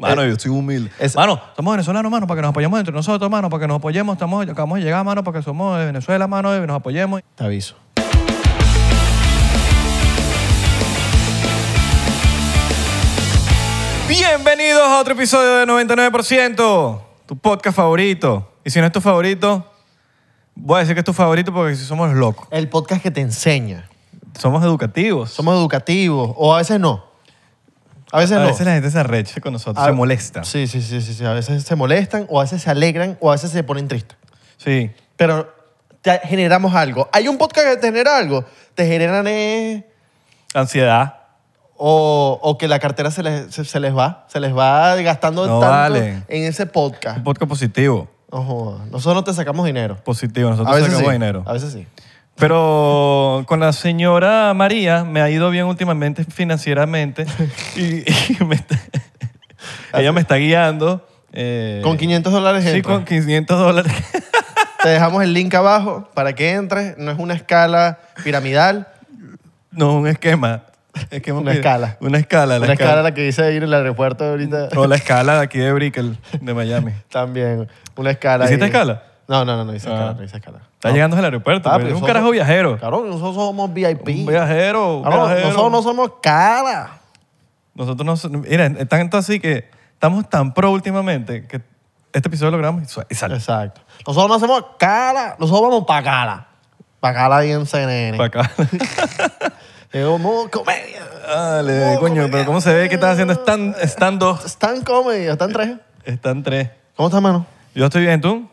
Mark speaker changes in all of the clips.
Speaker 1: Mano,
Speaker 2: Eh,
Speaker 1: yo estoy humilde. Mano, somos venezolanos, mano, para que nos apoyemos entre nosotros, mano, para que nos apoyemos. Estamos, acabamos de llegar, mano, para que somos de Venezuela, mano, y nos apoyemos.
Speaker 2: Te aviso.
Speaker 1: Bienvenidos a otro episodio de 99%, tu podcast favorito. Y si no es tu favorito, voy a decir que es tu favorito porque si somos los locos,
Speaker 2: El podcast que te enseña.
Speaker 1: somos educativos.
Speaker 2: Somos educativos. O a veces no. A veces
Speaker 1: a
Speaker 2: no.
Speaker 1: veces la gente se arrecha con nosotros,
Speaker 2: A-
Speaker 1: se molesta. Sí.
Speaker 2: Ah, Sí, sí, sí, sí, sí. A veces se molestan, o a veces se alegran, o a veces se ponen tristes. Pero te generamos algo. Hay un podcast que te genera algo. Te generan eh,
Speaker 1: Ansiedad.
Speaker 2: o, o que la cartera se les, se, se les va. Se les va gastando
Speaker 1: No
Speaker 2: tanto
Speaker 1: vale.
Speaker 2: en ese
Speaker 1: Un
Speaker 2: podcast.
Speaker 1: podcast positivo.
Speaker 2: Ojo, nosotros no te sacamos dinero.
Speaker 1: Positivo. Nosotros
Speaker 2: a veces
Speaker 1: sacamos
Speaker 2: sí.
Speaker 1: dinero.
Speaker 2: A veces sí.
Speaker 1: Pero con la señora María me ha ido bien últimamente financieramente y, y me está- ella me está guiando. eh,
Speaker 2: Ah, Con 500 dólares
Speaker 1: Sí,
Speaker 2: entras.
Speaker 1: con 500 dólares.
Speaker 2: Te dejamos el link abajo para que entres. No es una escala piramidal,
Speaker 1: No, un esquema. Esquema
Speaker 2: Una
Speaker 1: pide-
Speaker 2: escala.
Speaker 1: Una escala. La
Speaker 2: una escala
Speaker 1: escala.
Speaker 2: la que dice ir en el aeropuerto ahorita.
Speaker 1: O la escala de aquí de Brickell, de Miami.
Speaker 2: También, una escala.
Speaker 1: ¿Hiciste
Speaker 2: ahí.
Speaker 1: escala?
Speaker 2: No, no, no, no hice
Speaker 1: Ah.
Speaker 2: escala, no Ah, hice escala.
Speaker 1: Está llegando al aeropuerto.
Speaker 2: Papi,
Speaker 1: pero es un
Speaker 2: nosotros-
Speaker 1: carajo viajero.
Speaker 2: Cabrón, nosotros somos VIP.
Speaker 1: Un viajero. un
Speaker 2: Cabrón,
Speaker 1: viajero.
Speaker 2: nosotros Ah, no somos cara.
Speaker 1: Nosotros no. so- Mira, es tanto así que estamos tan pro últimamente que este episodio lo grabamos y su- y sale.
Speaker 2: Exacto. Nosotros no hacemos cara, nosotros vamos para cara. Para cara ahí en CNN.
Speaker 1: Para acá.
Speaker 2: Digo, no, Eh, comedia.
Speaker 1: Dale,
Speaker 2: No,
Speaker 1: coño,
Speaker 2: comedia.
Speaker 1: pero ¿cómo se ve que estás haciendo? Están, están dos,
Speaker 2: Están comedia, están tres.
Speaker 1: están tres.
Speaker 2: ¿Cómo estás, mano?
Speaker 1: Yo estoy bien, ¿tú?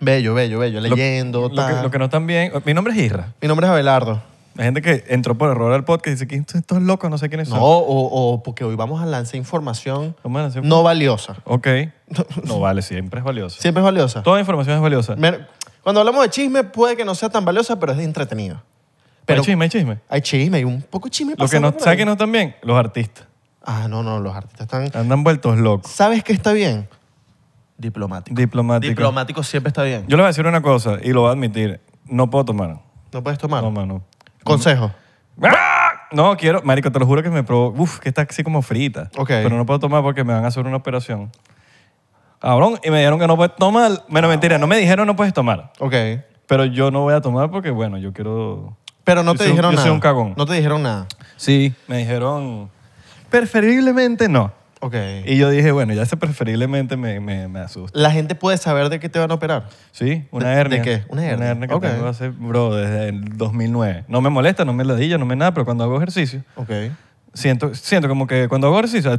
Speaker 2: Bello, bello, bello.
Speaker 1: Lo-
Speaker 2: Leyendo,
Speaker 1: lo,
Speaker 2: tal.
Speaker 1: que, lo que no están bien. Mi nombre es Isra.
Speaker 2: Mi nombre es Abelardo.
Speaker 1: La gente que entró por error al podcast y dice que estos estos locos no sé quiénes
Speaker 2: No,
Speaker 1: son.
Speaker 2: o, o porque hoy vamos a lanzar información
Speaker 1: Vamos a lanzar-
Speaker 2: no valiosa.
Speaker 1: Ok. No vale, siempre es valioso.
Speaker 2: Siempre es valiosa.
Speaker 1: Toda información es valiosa.
Speaker 2: Men- Cuando hablamos de chisme, puede que no sea tan valiosa, pero es entretenida. Pero
Speaker 1: hay chisme, hay chisme.
Speaker 2: hay chisme, hay un poco de chisme.
Speaker 1: Lo que
Speaker 2: pasando
Speaker 1: no,
Speaker 2: por
Speaker 1: ¿Sabes
Speaker 2: ahí.
Speaker 1: que no están bien? Los artistas.
Speaker 2: Ah, no, no, los artistas están.
Speaker 1: Andan vueltos locos.
Speaker 2: ¿Sabes qué está bien? Diplomático.
Speaker 1: Diplomático.
Speaker 2: Diplomático siempre está bien.
Speaker 1: Yo les voy a decir una cosa y lo voy a admitir. No puedo tomar.
Speaker 2: No puedes tomar.
Speaker 1: No, mano.
Speaker 2: Consejo.
Speaker 1: ¡Ah! No, quiero, marico, te lo juro que me probó, uf, que está así como frita.
Speaker 2: Ok.
Speaker 1: Pero no puedo tomar porque me van a hacer una operación. Cabrón, y me dijeron que no puedes tomar. Bueno, mentira, no me dijeron no puedes tomar.
Speaker 2: Ok.
Speaker 1: Pero yo no voy a tomar porque, bueno, yo quiero...
Speaker 2: Pero no
Speaker 1: Yo
Speaker 2: te
Speaker 1: soy un-
Speaker 2: dijeron
Speaker 1: yo
Speaker 2: nada.
Speaker 1: soy un cagón.
Speaker 2: No te dijeron nada.
Speaker 1: Sí. Me dijeron, preferiblemente no.
Speaker 2: Ok.
Speaker 1: Y yo dije, bueno, ya ese preferiblemente me, me, me asusta.
Speaker 2: La gente puede saber de qué te van a operar.
Speaker 1: Sí, una
Speaker 2: ¿De- de
Speaker 1: hernia.
Speaker 2: qué? Una hernia.
Speaker 1: Una hernia que
Speaker 2: Ok.
Speaker 1: tengo hace, bro, desde el 2009. No me molesta, no me ladilla, no me nada, pero cuando hago ejercicio,
Speaker 2: Ok.
Speaker 1: siento, siento como que cuando hago ejercicio,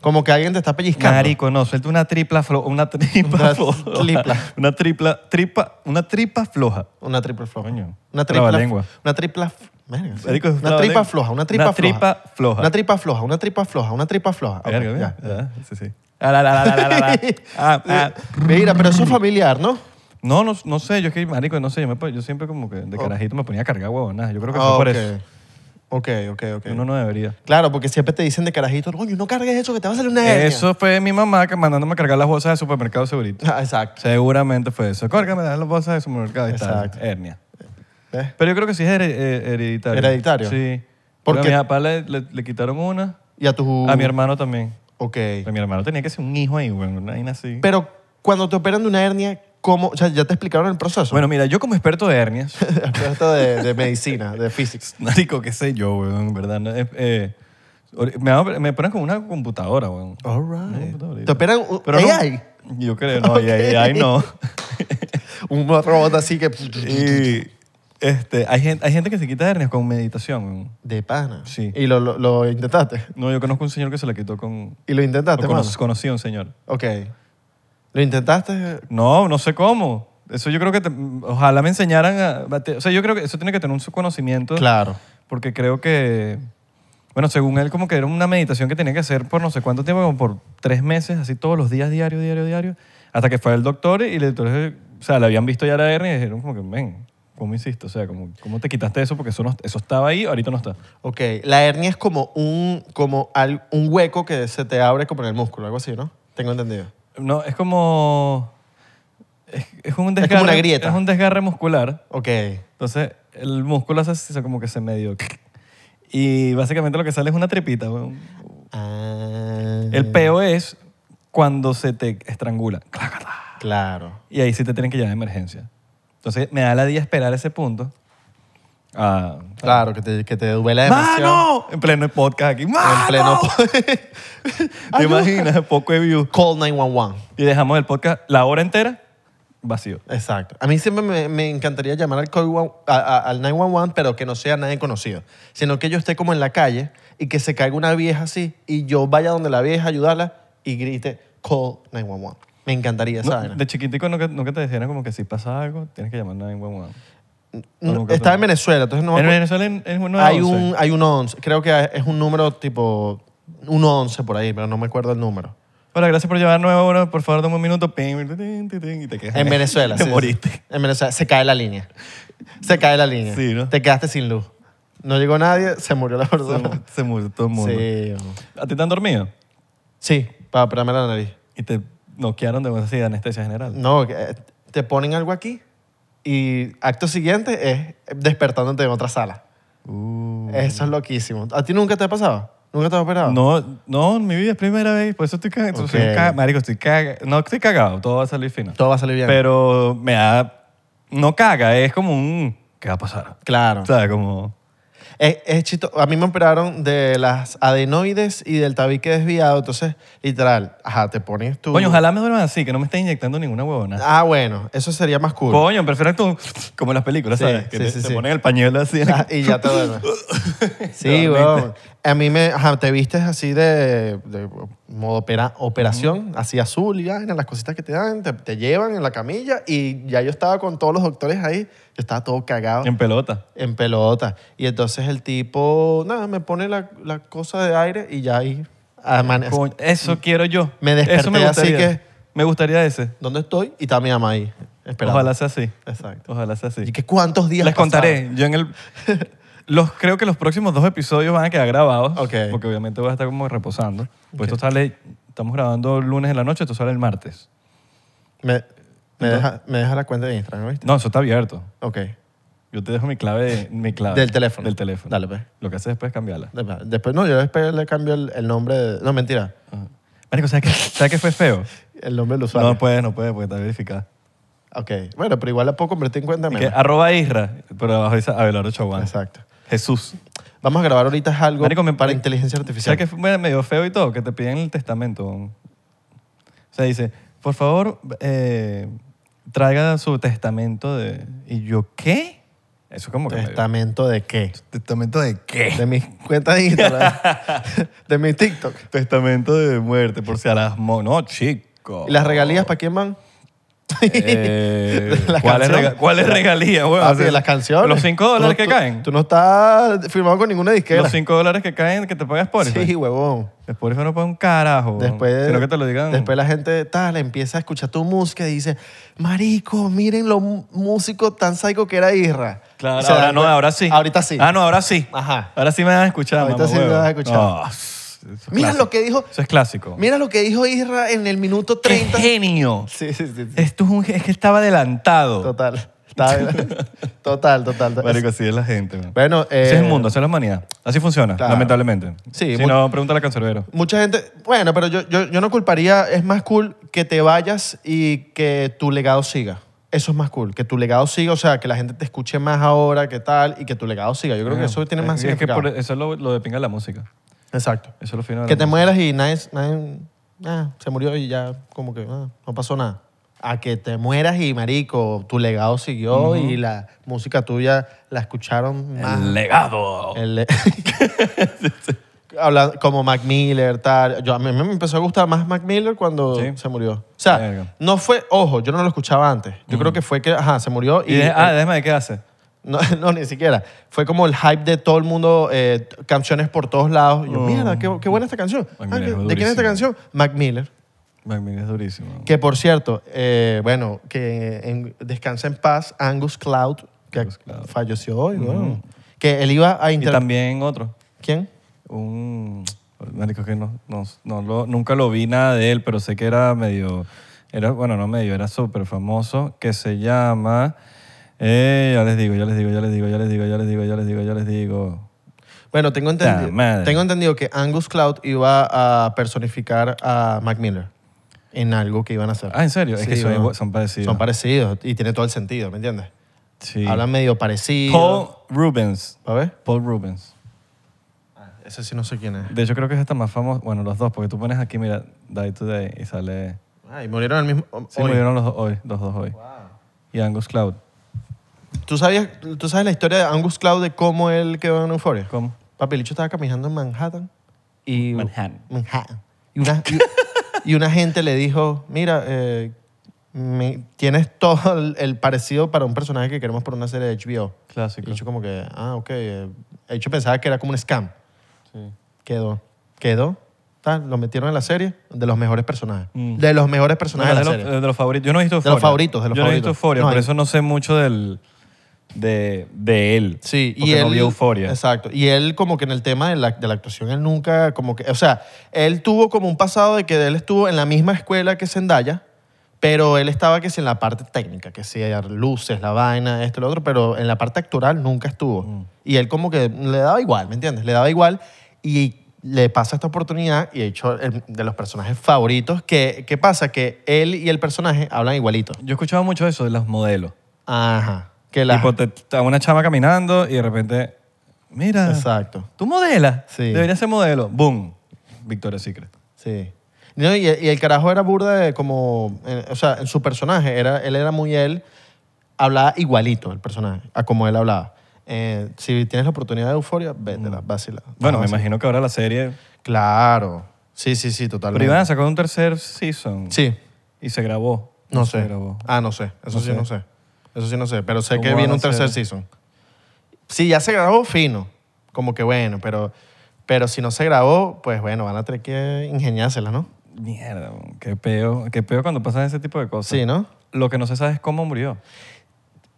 Speaker 2: Como que alguien te está pellizcando.
Speaker 1: Marico, no, suelta una tripla floja, una tripa
Speaker 2: Una
Speaker 1: floja.
Speaker 2: tripla.
Speaker 1: Una tripla, tripa, una tripa floja.
Speaker 2: Una triple floja.
Speaker 1: Coño.
Speaker 2: Una tripla
Speaker 1: Trabalengua.
Speaker 2: Una tripla. f- verga, sí.
Speaker 1: Marico, es
Speaker 2: una tripa
Speaker 1: trabalengua.
Speaker 2: floja, una tripa
Speaker 1: Una
Speaker 2: floja.
Speaker 1: tripa floja.
Speaker 2: Una tripa floja, una tripa floja, una tripa floja. Ok,
Speaker 1: Verga,
Speaker 2: ya. Eh,
Speaker 1: ¿ves? Ah, Sí, sí. Ah, la, la, la, la, la, la. Ah, ah.
Speaker 2: Mira, pero es un familiar, ¿no?
Speaker 1: No, no, no sé, yo es que, marico, no sé, yo, me pon- yo siempre como que de carajito me ponía a cargar huevonadas. Yo creo que fue
Speaker 2: Oh. Ah,
Speaker 1: por
Speaker 2: ok.
Speaker 1: eso.
Speaker 2: Ok, ok, ok.
Speaker 1: Uno no debería.
Speaker 2: Claro, porque siempre te dicen de carajito, coño, no cargues eso que te va a salir una hernia.
Speaker 1: Eso fue mi mamá que mandándome a cargar las bolsas de supermercado segurito.
Speaker 2: Ah, Exacto.
Speaker 1: Seguramente fue eso. Córgame las bolsas de supermercado y tal.
Speaker 2: Exacto.
Speaker 1: Hernia.
Speaker 2: ¿Ves?
Speaker 1: Pero yo creo que sí es her- eh, hereditario.
Speaker 2: ¿Hereditario?
Speaker 1: Sí.
Speaker 2: ¿Por
Speaker 1: Porque
Speaker 2: qué? Uh.
Speaker 1: a mi papá le, le- le quitaron una,
Speaker 2: Y a tu...
Speaker 1: a mi hermano también.
Speaker 2: Ok.
Speaker 1: Pero mi hermano tenía que ser un hijo ahí, bueno, una vaina así.
Speaker 2: Pero cuando te operan de una hernia, ¿cómo? O sea, ya te explicaron el proceso.
Speaker 1: bueno, mira, yo como experto de hernias,
Speaker 2: El proceso de, de medicina, de physics.
Speaker 1: marico, qué sé yo, weón, en verdad. no, eh, eh, ori- me, van a- me ponen con una computadora, weón.
Speaker 2: All
Speaker 1: Oh, Una computadora.
Speaker 2: ¿Te operan un-
Speaker 1: Pero no-
Speaker 2: AI?
Speaker 1: yo creo, no,
Speaker 2: Ok.
Speaker 1: AI, no.
Speaker 2: Un robot así que...
Speaker 1: Y este, hay, gente, hay gente que se quita hernias con meditación. weón.
Speaker 2: De pana.
Speaker 1: Sí.
Speaker 2: Y lo, lo, lo intentaste.
Speaker 1: No, yo conozco un señor que se la quitó con...
Speaker 2: Y lo
Speaker 1: o
Speaker 2: intentaste, mano.
Speaker 1: conoz- conocí a un señor.
Speaker 2: Ok. ¿Lo intentaste?
Speaker 1: No, no sé cómo. Eso yo creo que te- ojalá me enseñaran a, a te- o sea, yo creo que eso tiene que tener un su conocimiento
Speaker 2: Claro.
Speaker 1: porque creo que bueno, según él como que era una meditación que tenía que hacer por no sé cuánto tiempo, como por tres meses, así todos los días, diario, diario, diario, hasta que fue el doctor y le entonces, o sea, le habían visto ya la hernia y dijeron como que, "Ven, ¿cómo hiciste? O sea, como, ¿cómo te quitaste eso? Porque eso no, eso estaba ahí, ahorita no está."
Speaker 2: Ok. La hernia es como un, como al- un hueco que se te abre como en el músculo, algo así, ¿no? Tengo entendido.
Speaker 1: No, es como es, es un
Speaker 2: Es
Speaker 1: desgarre,
Speaker 2: como una grieta.
Speaker 1: es un desgarre muscular.
Speaker 2: Ok.
Speaker 1: Entonces, el músculo hace así, o sea, como que se medio. Y básicamente lo que sale es una tripita, weón.
Speaker 2: Ah,
Speaker 1: El peo es cuando se te estrangula.
Speaker 2: Claro.
Speaker 1: Y ahí sí te tienen que llevar de emergencia. Entonces me da la día esperar ese punto. Ah,
Speaker 2: Claro, que te, que te duele demasiado.
Speaker 1: ¡Mano! En pleno podcast aquí. ¡Mano!
Speaker 2: En pleno.
Speaker 1: ¿Te imaginas? Poco de views.
Speaker 2: Call 911.
Speaker 1: Y dejamos el podcast la hora entera vacío.
Speaker 2: Exacto. A mí siempre me, me encantaría llamar al, call one- a- a- al 911, pero que no sea nadie conocido, sino que yo esté como en la calle y que se caiga una vieja así y yo vaya donde la vieja a ayudarla y grite call 911. Me encantaría esa
Speaker 1: No,
Speaker 2: vaina.
Speaker 1: de chiquitico nunca, nunca te dijeron como que si pasa algo, tienes que llamar a 911.
Speaker 2: No,
Speaker 1: nunca
Speaker 2: Estaba
Speaker 1: te-
Speaker 2: en Venezuela, entonces no me
Speaker 1: en
Speaker 2: acuerdo.
Speaker 1: Venezuela en- es uno de
Speaker 2: hay
Speaker 1: 11.
Speaker 2: un hay un 11, creo que es un número tipo 111 por ahí, pero no me acuerdo el número.
Speaker 1: Hola, gracias por llevar nueve horas. Por favor, dame un minuto. Ping, tin, tin, tin, y te quedas.
Speaker 2: En Venezuela.
Speaker 1: te
Speaker 2: sí, sí.
Speaker 1: moriste.
Speaker 2: En Venezuela se cae la línea. Se cae la línea.
Speaker 1: Sí, ¿no?
Speaker 2: Te quedaste sin luz. No llegó nadie, se murió la
Speaker 1: Se,
Speaker 2: persona.
Speaker 1: mu- se murió todo el mundo.
Speaker 2: Sí, o-
Speaker 1: ¿A ti te han dormido?
Speaker 2: sí, para operarme la nariz.
Speaker 1: Y te noquearon de, así, de anestesia general.
Speaker 2: No, que, eh, te ponen algo aquí y acto siguiente es despertándote en otra sala.
Speaker 1: Uh.
Speaker 2: Eso es loquísimo. ¿A ti nunca te ha pasado? ¿Nunca te has operado?
Speaker 1: No, no, en mi vida es primera vez. Por eso estoy cagado.
Speaker 2: Ok.
Speaker 1: Marico, estoy cagado. No estoy cagado. Todo va a salir fino.
Speaker 2: Todo va a salir bien.
Speaker 1: Pero me da... No caga. Es como un... ¿Qué va a pasar?
Speaker 2: claro.
Speaker 1: O sea, como...
Speaker 2: Es, es chito- A mí me operaron de las adenoides y del tabique desviado. Entonces, literal, ajá, te pones tú.
Speaker 1: Coño, ojalá me duerman así, que no me estén inyectando ninguna huevona.
Speaker 2: Ah, bueno, eso sería más cool.
Speaker 1: Coño, prefiero tú, como en las películas,
Speaker 2: Sí,
Speaker 1: ¿sabes? Que
Speaker 2: sí,
Speaker 1: te,
Speaker 2: sí,
Speaker 1: te
Speaker 2: sí.
Speaker 1: ponen el pañuelo así.
Speaker 2: Ah, y ya te duermes. sí,
Speaker 1: Te
Speaker 2: weón. A mí me, ajá, te vistes así de, de modo opera- operación, así azul y vaina, las cositas que te dan, te, te llevan en la camilla y ya yo estaba con todos los doctores ahí, yo estaba todo cagado en,
Speaker 1: En pelota.
Speaker 2: pelota. Y entonces el tipo, nada, me pone la, la cosa de aire y ya ahí amanece.
Speaker 1: Coño, eso quiero yo.
Speaker 2: Me desperté
Speaker 1: eso me
Speaker 2: así
Speaker 1: gustaría.
Speaker 2: que-
Speaker 1: Me gustaría ese.
Speaker 2: ¿Dónde estoy? Y está mi mamá ahí, esperando.
Speaker 1: Ojalá sea así.
Speaker 2: Exacto.
Speaker 1: Ojalá sea así.
Speaker 2: ¿Y que cuántos días
Speaker 1: Les
Speaker 2: pasaron?
Speaker 1: contaré. Yo en el... Los, creo que los próximos dos episodios van a quedar grabados.
Speaker 2: Ok.
Speaker 1: Porque obviamente voy a estar como reposando. Pues esto sale... Estamos grabando lunes en la noche, esto sale el martes.
Speaker 2: Me, me, deja, me deja la cuenta de Instagram, ¿viste?
Speaker 1: No, eso está abierto.
Speaker 2: Ok.
Speaker 1: Yo te dejo mi clave, mi clave.
Speaker 2: Del teléfono.
Speaker 1: Del teléfono.
Speaker 2: Dale, pues.
Speaker 1: Lo que haces después es cambiarla.
Speaker 2: Después- Después, no, yo después le cambio el, el nombre. de- no, mentira.
Speaker 1: Ajá. Marico, ¿sabes qué, ¿sabes qué fue feo?
Speaker 2: El nombre del usuario.
Speaker 1: No pues. puede, no puede, porque está verificada.
Speaker 2: Ok. Bueno, pero igual la puedo convertir en cuenta
Speaker 1: Que
Speaker 2: menos.
Speaker 1: arroba Isra, pero abajo dice Abelardo Chaguán.
Speaker 2: Exacto.
Speaker 1: Jesús.
Speaker 2: Vamos a grabar ahorita algo
Speaker 1: Marico, me-
Speaker 2: para inteligencia artificial.
Speaker 1: ¿Sabes qué fue medio feo y todo? Que te piden el testamento. O sea, dice, por favor, eh, traiga su testamento de... ¿Y yo qué? Eso como que... medio-
Speaker 2: ¿Testamento de qué?
Speaker 1: ¿Testamento de qué?
Speaker 2: De mis cuentas de Instagram. de mi TikTok.
Speaker 1: Testamento de muerte, por si a las... mo- No, chico.
Speaker 2: ¿Y las regalías para quién van?
Speaker 1: Eh,
Speaker 2: De las
Speaker 1: ¿Cuál es
Speaker 2: canciones.
Speaker 1: rega- cuál es regalía, güey?
Speaker 2: Papi, de Ah, las canciones.
Speaker 1: Los 5
Speaker 2: Tú no-
Speaker 1: dólares que
Speaker 2: tú-
Speaker 1: caen.
Speaker 2: Tú no estás firmado con ninguna disquera.
Speaker 1: Los pues. 5 dólares que caen que te pagas Spotify.
Speaker 2: Sí, huevón.
Speaker 1: Spotify no paga un carajo. güey.
Speaker 2: Después,
Speaker 1: Sino que te lo digan.
Speaker 2: después la gente tal empieza a escuchar tu música y dice, marico, miren lo mu- músico tan psycho que era Isra.
Speaker 1: Claro,
Speaker 2: O sea,
Speaker 1: ahora no,
Speaker 2: después-
Speaker 1: ahora sí.
Speaker 2: Ahorita sí.
Speaker 1: Ah, no, ahora sí.
Speaker 2: Ajá.
Speaker 1: Ahora sí me vas a escuchar,
Speaker 2: Ahorita
Speaker 1: mamá,
Speaker 2: sí me
Speaker 1: huevo.
Speaker 2: vas a escuchar.
Speaker 1: Ah, eso es
Speaker 2: Mira
Speaker 1: clásico.
Speaker 2: lo que dijo-
Speaker 1: Eso es clásico.
Speaker 2: Mira lo que dijo Isra en el minuto
Speaker 1: ¡Qué
Speaker 2: 30.
Speaker 1: genio!
Speaker 2: Sí, sí, sí. sí.
Speaker 1: Esto es, un, ge- es que estaba adelantado.
Speaker 2: Total. Está bien. total, total. total.
Speaker 1: Marico, así es la gente. man.
Speaker 2: Bueno, eh,
Speaker 1: Ese es el mundo, esa es la humanidad. Así funciona,
Speaker 2: Claro.
Speaker 1: lamentablemente.
Speaker 2: Sí,
Speaker 1: si
Speaker 2: mu-
Speaker 1: no, pregúntale al cancerbero.
Speaker 2: Mucha gente, bueno, pero yo, yo, yo no culparía, es más cool que te vayas y que tu legado siga. Eso es más cool, que tu legado siga, o sea, que la gente te escuche más ahora, que tal, y que tu legado siga. Yo creo que eso tiene más
Speaker 1: Es que
Speaker 2: significado.
Speaker 1: por- e- eso es lo, lo de pinga la música.
Speaker 2: Exacto.
Speaker 1: Eso es lo fino de la
Speaker 2: Que te
Speaker 1: música.
Speaker 2: mueras y nadie, nadie- ah, se murió y ya como que ah, no pasó nada. A que te mueras y, marico, tu legado siguió y la música tuya la escucharon más.
Speaker 1: El legado.
Speaker 2: El- Habla- como Mac Miller, tal. Yo, a mí me empezó a gustar más Mac Miller cuando
Speaker 1: Sí.
Speaker 2: se murió. O sea,
Speaker 1: Verga. Mm.
Speaker 2: no fue, ojo, yo no lo escuchaba antes. Yo creo que fue que, ajá, se murió
Speaker 1: Y
Speaker 2: y...
Speaker 1: dije, ah, déjame de qué hace.
Speaker 2: no, no, ni siquiera. Fue como el hype de todo el mundo, eh, canciones por todos lados. Y yo,
Speaker 1: Oh.
Speaker 2: mierda, qué, qué buena esta canción.
Speaker 1: Mac
Speaker 2: Ah,
Speaker 1: Miller
Speaker 2: ¿De
Speaker 1: es
Speaker 2: quién es esta
Speaker 1: durísimo.
Speaker 2: canción? Mac Miller.
Speaker 1: Mac Miller es durísimo.
Speaker 2: Que por cierto, eh, bueno, que en- descansa en paz Angus Cloud, que
Speaker 1: Angus Cloud. Mm.
Speaker 2: falleció hoy, weón. Que él iba a
Speaker 1: Y
Speaker 2: inter...
Speaker 1: también otro.
Speaker 2: ¿Quién?
Speaker 1: un marico que no, no, no lo- nunca lo vi nada de él, pero sé que era medio era bueno, no medio, era súper famoso que se llama eh, ya les digo, ya les digo, ya les digo, ya les digo, ya les digo, ya les digo, ya les digo.
Speaker 2: Bueno, tengo entendido,
Speaker 1: madre.
Speaker 2: tengo entendido que Angus Cloud iba a personificar a Mac Miller en algo que iban a hacer.
Speaker 1: Ah, ¿en serio? Es que son
Speaker 2: ¿no?
Speaker 1: igual- son parecidos.
Speaker 2: Son parecidos y tiene todo el sentido, ¿me entiendes?
Speaker 1: Sí.
Speaker 2: Hablan medio parecido.
Speaker 1: Paul Rubens.
Speaker 2: A ver.
Speaker 1: Paul Rubens.
Speaker 2: Ese sí no sé quién es.
Speaker 1: De hecho, creo que es hasta más famoso. Bueno, los dos, porque tú pones aquí, mira, Die Today y sale.
Speaker 2: Ay, murieron al mismo. o-
Speaker 1: Sí,
Speaker 2: hoy.
Speaker 1: murieron los dos hoy, los dos hoy. Y Angus Cloud.
Speaker 2: ¿Tú, sabías, ¿Tú sabes la historia de Angus Cloud de cómo él quedó en euforia?
Speaker 1: ¿Cómo?
Speaker 2: Papelicho estaba caminando en Manhattan y...
Speaker 1: Manhattan.
Speaker 2: Manhattan. Y una, y, y una gente le dijo, mira, eh, me- tienes todo el, el parecido para un personaje que queremos por una serie de HBO. Y
Speaker 1: Clásico.
Speaker 2: yo como que, ah, ok. eh, De hecho pensaba que era como un scam.
Speaker 1: Sí.
Speaker 2: Quedó. Quedó. Tal, lo metieron en la serie de los mejores personajes.
Speaker 1: Mm.
Speaker 2: De los mejores
Speaker 1: No,
Speaker 2: personajes
Speaker 1: de,
Speaker 2: de la
Speaker 1: los, eh,
Speaker 2: serie.
Speaker 1: de los favoritos. Yo no he visto
Speaker 2: De los
Speaker 1: Euphoria.
Speaker 2: favoritos, de los
Speaker 1: Yo no he visto
Speaker 2: favoritos.
Speaker 1: Euphoria,
Speaker 2: No
Speaker 1: por
Speaker 2: hay.
Speaker 1: eso no sé mucho del, de, de él.
Speaker 2: Sí,
Speaker 1: porque
Speaker 2: y él.
Speaker 1: no vi Euphoria.
Speaker 2: Exacto. Y él, como que en el tema de la, de la actuación, él nunca, como que. O sea, él tuvo como un pasado de que él estuvo en la misma escuela que Zendaya, pero él estaba que si en la parte técnica, que si hay luces, la vaina, esto, lo otro, pero en la parte actoral nunca estuvo.
Speaker 1: Mm.
Speaker 2: Y él, como que le daba igual, ¿me entiendes? Le daba igual y le pasa esta oportunidad y de hecho el- de los personajes favoritos que, que pasa que él y el personaje hablan igualito
Speaker 1: Yo he escuchado mucho eso de los modelos.
Speaker 2: ajá que la
Speaker 1: Tipo, te- te- a una chama caminando y de repente, mira,
Speaker 2: exacto
Speaker 1: tú modelas.
Speaker 2: Sí.
Speaker 1: Deberías ser modelo. Boom. Victoria's Secret.
Speaker 2: Sí. No, y, y el carajo era burda de como, eh, o sea, en su personaje, era, él era muy él, hablaba igualito el personaje, a como él hablaba. Eh, si tienes la oportunidad de euforia, vétela, vacila.
Speaker 1: Mm. Bueno, me
Speaker 2: Vacila.
Speaker 1: imagino que ahora la serie...
Speaker 2: Claro. Sí, sí, sí, totalmente.
Speaker 1: Pero iban a sacar un tercer season.
Speaker 2: Sí,
Speaker 1: Y se grabó.
Speaker 2: no
Speaker 1: Se
Speaker 2: sé.
Speaker 1: grabó.
Speaker 2: Ah, no sé. Eso
Speaker 1: No
Speaker 2: sí,
Speaker 1: sé.
Speaker 2: no sé. Eso sí, no sé. Pero sé
Speaker 1: ¿Cómo
Speaker 2: que
Speaker 1: van
Speaker 2: viene
Speaker 1: a
Speaker 2: un tercer
Speaker 1: hacer?
Speaker 2: season. Sí, ya se grabó fino. Como que bueno, pero, pero si no se grabó, pues bueno, van a tener que ingeniársela, ¿no?
Speaker 1: Mierda, bro. qué peo. Qué peo cuando pasan ese tipo de cosas.
Speaker 2: Sí, ¿no?
Speaker 1: Lo que no se sabe es cómo murió.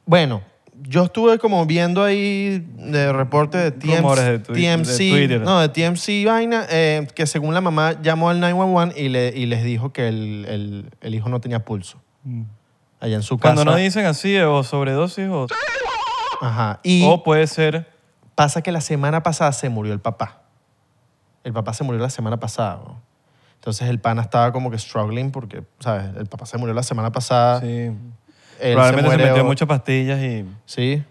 Speaker 2: Bueno, yo estuve como viendo ahí de reporte de TMC,
Speaker 1: Rumores de twi-
Speaker 2: TMC
Speaker 1: de Twitter.
Speaker 2: no, de TMC vaina, eh, que según la mamá llamó al 911 y, le, y les dijo que el, el- el hijo no tenía pulso. Allá en su casa.
Speaker 1: Cuando no dicen así, eh, o sobredosis, o,
Speaker 2: Ajá. Y
Speaker 1: o puede ser...
Speaker 2: pasa que la semana pasada se murió el papá. El papá se murió la semana pasada. ¿no? Entonces el pana estaba como que struggling porque, ¿sabes? El papá se murió la semana pasada.
Speaker 1: sí.
Speaker 2: Ah, él se
Speaker 1: Probablemente se,
Speaker 2: muere
Speaker 1: metió
Speaker 2: o-
Speaker 1: muchas pastillas y...
Speaker 2: Sí.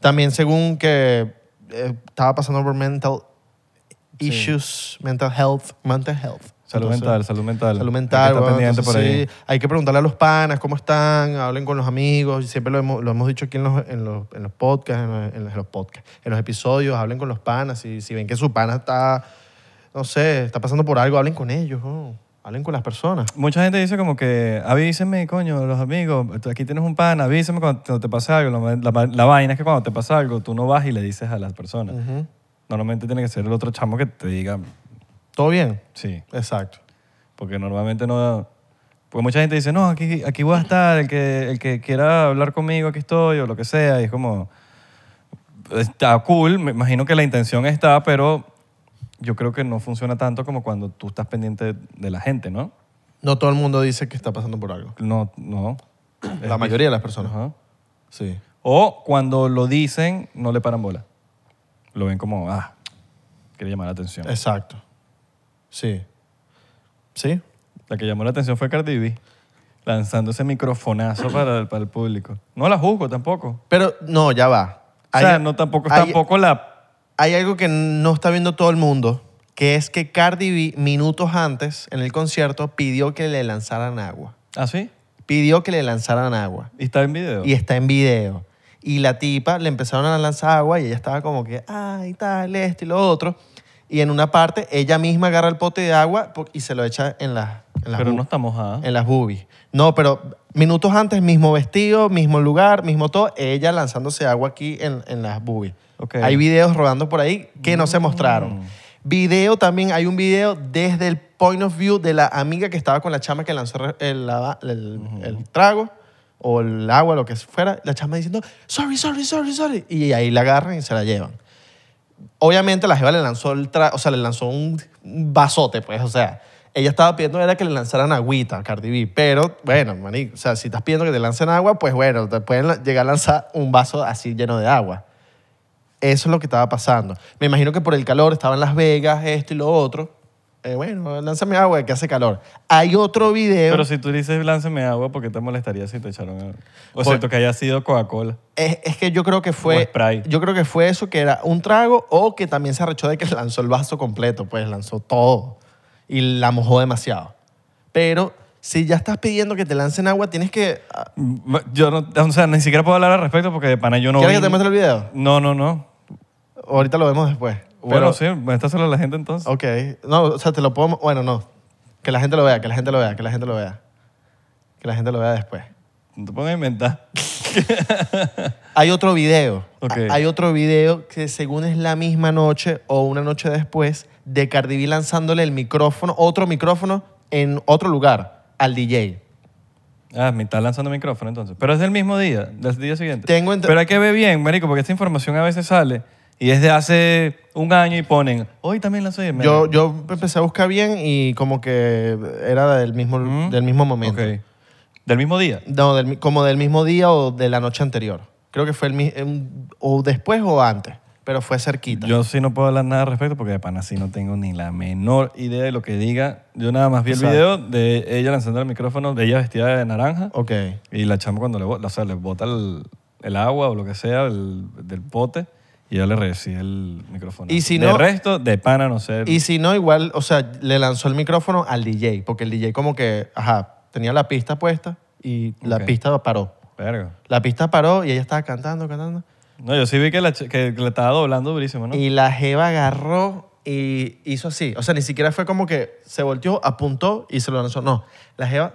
Speaker 2: También según que eh, estaba pasando por mental
Speaker 1: Sí.
Speaker 2: issues, mental health, mental health.
Speaker 1: Salud
Speaker 2: Entonces,
Speaker 1: mental, salud mental. Hay
Speaker 2: Salud
Speaker 1: que
Speaker 2: mental,
Speaker 1: estar
Speaker 2: weón,
Speaker 1: pendiente
Speaker 2: entonces
Speaker 1: por ahí.
Speaker 2: sí, hay que preguntarle a los panas cómo están, hablen con los amigos, siempre lo hemos, lo hemos dicho aquí en los, en los, en los podcasts, en los, en los- en los podcasts, en los episodios, hablen con los panas, si, si ven que su pana está, no sé, está pasando por algo, hablen con ellos, weón. hablen con las personas.
Speaker 1: Mucha gente dice como que avísenme, coño, los amigos, tú aquí tienes un pan, avísenme cuando te- te pase algo. La, la- la vaina es que cuando te pasa algo, tú no vas y le dices a las personas.
Speaker 2: Ujú.
Speaker 1: Normalmente tiene que ser el otro chamo que te diga,
Speaker 2: ¿Todo bien?
Speaker 1: sí,
Speaker 2: Exacto.
Speaker 1: porque normalmente no... Porque mucha gente dice, no, aquí, aquí voy a estar, el que, el que quiera hablar conmigo, aquí estoy, o lo que sea, y es como, está cool, me imagino que la intención está, pero yo creo que no funciona tanto como cuando tú estás pendiente de la gente, ¿no?
Speaker 2: No todo el mundo dice que está pasando por algo.
Speaker 1: No, no.
Speaker 2: La mayoría de las personas.
Speaker 1: Ajá.
Speaker 2: Sí.
Speaker 1: O cuando lo dicen, no le paran bola. Lo ven como, ah, quiere llamar la atención.
Speaker 2: Exacto. Sí. ¿Sí?
Speaker 1: La que llamó la atención fue Cardi B, lanzando ese microfonazo para el, para el público. No la juzgo tampoco.
Speaker 2: Pero no, ya va.
Speaker 1: O sea, no tampoco,
Speaker 2: hay-
Speaker 1: tampoco la...
Speaker 2: Hay algo que no está viendo todo el mundo, que es que Cardi B, minutos antes, en el concierto, pidió que le lanzaran agua.
Speaker 1: ¿Ah, sí?
Speaker 2: Pidió que le lanzaran agua.
Speaker 1: ¿Y está en video?
Speaker 2: Y está en video. Y la tipa le empezaron a lanzar agua y ella estaba como que, ay, tal, esto y lo otro. Y en una parte, ella misma agarra el pote de agua po- y se lo echa en las, en las
Speaker 1: Pero
Speaker 2: bu-
Speaker 1: no ah. está mojada.
Speaker 2: En las boobies. No, pero minutos antes, mismo vestido, mismo lugar, mismo todo, ella lanzándose agua aquí en, en las boobies.
Speaker 1: Ok.
Speaker 2: Hay videos rodando por ahí que no se mostraron. Video también, hay un video desde el point of view de la amiga que estaba con la chama que lanzó re- el, lava- el- el trago o el agua, lo que fuera, la chama diciendo, sorry, sorry, sorry, sorry. Y ahí la agarran y se la llevan. Obviamente la jeva le lanzó el tra- o sea, le lanzó un un vasote, pues, o sea, ella estaba pidiendo era que le lanzaran agüita a Cardi B, pero bueno, marico, o sea, si estás pidiendo que te lancen agua, pues bueno, te pueden la- llegar a lanzar un vaso así lleno de agua. Eso es lo que estaba pasando. Me imagino que por el calor estaban Las Vegas, esto y lo otro. Eh, bueno, lánzame agua, que hace calor. Hay otro video.
Speaker 1: Pero si tú dices lánzame agua, ¿por qué te molestaría si te echaron agua? O
Speaker 2: Por-
Speaker 1: cierto, que haya sido Coca-Cola.
Speaker 2: Es, es que yo creo que fue.
Speaker 1: spray.
Speaker 2: Yo creo que fue eso que era un trago o que también se arrechó de que lanzó el vaso completo, pues lanzó todo y la mojó demasiado. Pero si ya estás pidiendo que te lancen agua, tienes que. ah,
Speaker 1: Mm, Yo no, o sea, ni siquiera puedo hablar al respecto porque de pana yo no
Speaker 2: ¿Quieres
Speaker 1: vi-
Speaker 2: que te muestre el video?
Speaker 1: No, no, no.
Speaker 2: Ahorita lo vemos después.
Speaker 1: Pero, bueno, sí, muéstraselo a la gente entonces.
Speaker 2: Ok. No, o sea, te lo puedo. Bueno, no. Que la gente lo vea, que la gente lo vea, que la gente lo vea. Que la gente lo vea después.
Speaker 1: No te pongas a inventar.
Speaker 2: Hay otro video.
Speaker 1: Ok.
Speaker 2: A- Hay otro video que según es la misma noche o una noche después de Cardi B lanzándole el micrófono, otro micrófono en otro lugar al DJ.
Speaker 1: Ah, me está lanzando micrófono entonces. Pero es del mismo día, del día siguiente.
Speaker 2: Tengo ent-
Speaker 1: Pero hay que ver bien, marico, porque esta información a veces sale y es de hace un año y ponen, hoy también lanzó y
Speaker 2: Yo, yo empecé a buscar bien y como que era del mismo,
Speaker 1: Mm.
Speaker 2: del mismo momento.
Speaker 1: Ok. Del mismo día.
Speaker 2: No, del mi- como del mismo día o de la noche anterior. Creo que fue el mi- en- o después o antes, pero fue cerquita.
Speaker 1: Yo sí no puedo hablar nada al respecto porque de pana sí no tengo ni la menor idea de lo que diga. Yo nada más vi el
Speaker 2: Exacto.
Speaker 1: video de ella lanzando el micrófono, de ella vestida de naranja
Speaker 2: Ok.
Speaker 1: y la chama cuando le, bo- o sea, le bota el, el agua o lo que sea el- del pote y ella le recibe el micrófono.
Speaker 2: Y si
Speaker 1: De
Speaker 2: no-
Speaker 1: resto, de pana no sé.
Speaker 2: Y si no, igual, o sea, le lanzó el micrófono al DJ, porque el DJ como que, ajá, tenía la pista puesta y la
Speaker 1: Ok.
Speaker 2: pista paró.
Speaker 1: Verga.
Speaker 2: La pista paró y ella estaba cantando, cantando.
Speaker 1: No, yo sí vi que, la, ch- que, que le estaba doblando durísimo, ¿no?
Speaker 2: Y la jeva agarró y hizo así. O sea, ni siquiera fue como que se volteó, apuntó y se lo lanzó. No, la jeva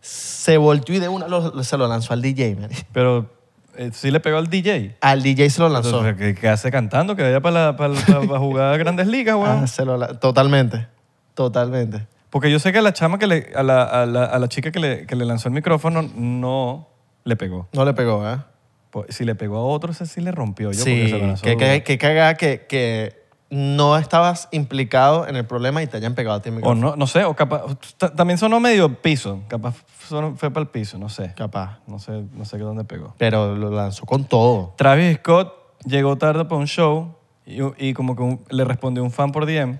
Speaker 2: se volteó y de una lo- se lo lanzó al DJ, man.
Speaker 1: Pero eh, sí le pegó al DJ.
Speaker 2: Al DJ se lo lanzó.
Speaker 1: Entonces, ¿qué, qué hace cantando? Que vaya para jugar grandes ligas, weón.
Speaker 2: Ah, se lo la- totalmente, totalmente.
Speaker 1: Porque yo sé que a la chama que le, a la, a la- a la chica que le, que le lanzó el micrófono no le pegó.
Speaker 2: No le pegó, ¿eh?
Speaker 1: Po- Si le pegó a otro, ese sí le rompió yo porque
Speaker 2: Sí,
Speaker 1: se lo lanzó
Speaker 2: qué,
Speaker 1: duro.
Speaker 2: qué, qué cagada que, que no estabas implicado en el problema y te hayan pegado a ti
Speaker 1: O
Speaker 2: el micrófono.
Speaker 1: no, no sé, o capaz. t- También sonó medio piso. Capaz sonó- fue para el piso, no sé.
Speaker 2: Capaz.
Speaker 1: No sé, no sé dónde pegó.
Speaker 2: Pero lo lanzó con todo.
Speaker 1: Travis Scott llegó tarde para un show y, y como que un- le respondió un fan por DM.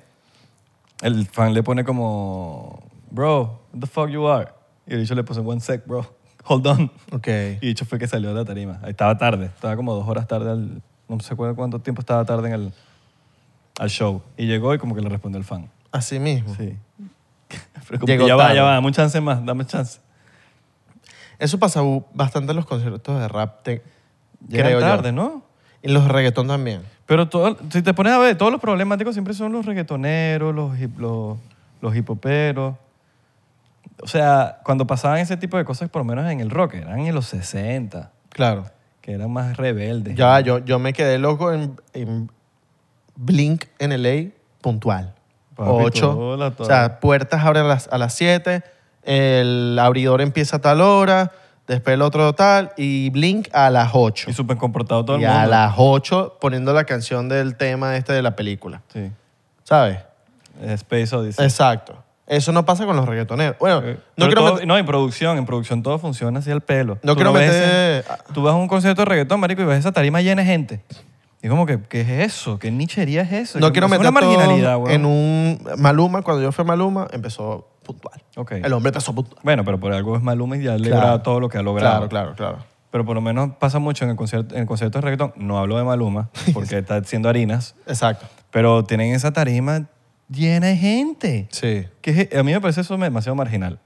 Speaker 1: El fan le pone como, bro, what the fuck you are? Y el dicho le puso, one sec, bro, hold on.
Speaker 2: Ok.
Speaker 1: Y dicho fue que salió de la tarima. Ahí Estaba tarde, estaba como dos horas tarde, al, no se acuerda cuánto tiempo estaba tarde en el al show. Y llegó y como que le respondió el fan.
Speaker 2: Así mismo.
Speaker 1: Sí. Pero como
Speaker 2: Llegó
Speaker 1: que ya va,
Speaker 2: tarde.
Speaker 1: ya va, dame un chance más, dame chance.
Speaker 2: Eso pasa bu- bastante en los conciertos de rap, te-
Speaker 1: Llegan
Speaker 2: creo
Speaker 1: tarde,
Speaker 2: yo.
Speaker 1: ¿no?
Speaker 2: Y los reggaetón también.
Speaker 1: Pero todo- si te pones a ver, todos los problemáticos siempre son los reggaetoneros, los, hip- los, los hipoperos. O sea, cuando pasaban ese tipo de cosas, por lo menos en el rock, eran en los 60,
Speaker 2: Claro.
Speaker 1: que eran más rebeldes.
Speaker 2: Ya, yo, yo me quedé loco en, en Blink en LA puntual.
Speaker 1: Papi,
Speaker 2: Ocho.
Speaker 1: todo la- todo.
Speaker 2: O sea, puertas abren a las, a las siete, el abridor empieza a tal hora, después el otro tal, y Blink a las ocho.
Speaker 1: Y súper comportado todo el
Speaker 2: Y
Speaker 1: mundo.
Speaker 2: a las ocho poniendo la canción del tema este de la película.
Speaker 1: Sí.
Speaker 2: ¿Sabes?
Speaker 1: Space Odyssey.
Speaker 2: Exacto. Eso no pasa con los reggaetoneros. Bueno,
Speaker 1: Eh,
Speaker 2: no
Speaker 1: pero
Speaker 2: quiero
Speaker 1: todo-
Speaker 2: meter-
Speaker 1: No, en producción, en producción todo funciona así al pelo.
Speaker 2: No
Speaker 1: Tú
Speaker 2: quiero
Speaker 1: ves-
Speaker 2: meter-
Speaker 1: tú vas a un concierto de reggaetón, marico, y ves esa tarima llena de gente. Y como que, ¿qué es eso? ¿Qué nichería es eso?
Speaker 2: no
Speaker 1: Que-
Speaker 2: quiero
Speaker 1: es
Speaker 2: meter
Speaker 1: una marginalidad,
Speaker 2: todo
Speaker 1: weón.
Speaker 2: en un... Maluma, cuando yo fui a Maluma, empezó puntual.
Speaker 1: Ok.
Speaker 2: El hombre empezó puntual.
Speaker 1: Bueno, pero por algo es Maluma y ya ha
Speaker 2: Claro.
Speaker 1: logrado todo lo que ha logrado.
Speaker 2: Claro, claro, claro.
Speaker 1: Pero por lo menos pasa mucho en el concierto, en el concierto de reggaetón. No hablo de Maluma, porque está haciendo harinas.
Speaker 2: Exacto.
Speaker 1: Pero tienen esa tarima llena de gente.
Speaker 2: Sí.
Speaker 1: Que es- e, a mí me parece eso demasiado marginal.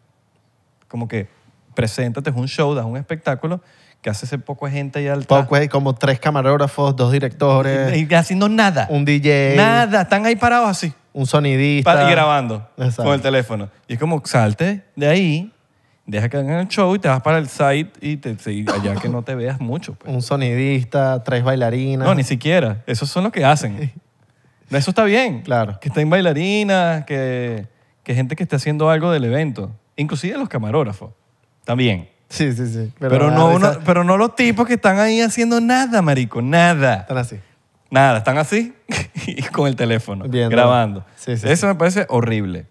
Speaker 1: Como que preséntate, es un show, das un espectáculo que hace ese poco de gente ahí al
Speaker 2: Poco hay como tres camarógrafos, dos directores,
Speaker 1: Y haciendo nada.
Speaker 2: un DJ,
Speaker 1: Nada. Están ahí parados así.
Speaker 2: un sonidista.
Speaker 1: pa- y grabando
Speaker 2: Exacto.
Speaker 1: con el teléfono. Y es como, salte de ahí, deja que hagan el show y te vas para el site y, te, y allá que no te veas mucho. pues.
Speaker 2: Un sonidista, tres bailarinas.
Speaker 1: No, ni siquiera. Esos son los que hacen. Eso está bien.
Speaker 2: Claro.
Speaker 1: Que estén bailarinas, que, que gente que esté haciendo algo del evento. Inclusive los camarógrafos. También.
Speaker 2: Sí, sí, sí.
Speaker 1: Pero, no,
Speaker 2: uno...
Speaker 1: uno- pero no los tipos que están ahí haciendo nada, marico. Nada.
Speaker 2: Están así.
Speaker 1: Nada, están así y con el teléfono,
Speaker 2: Viendo.
Speaker 1: grabando.
Speaker 2: Sí, sí,
Speaker 1: Eso me parece horrible.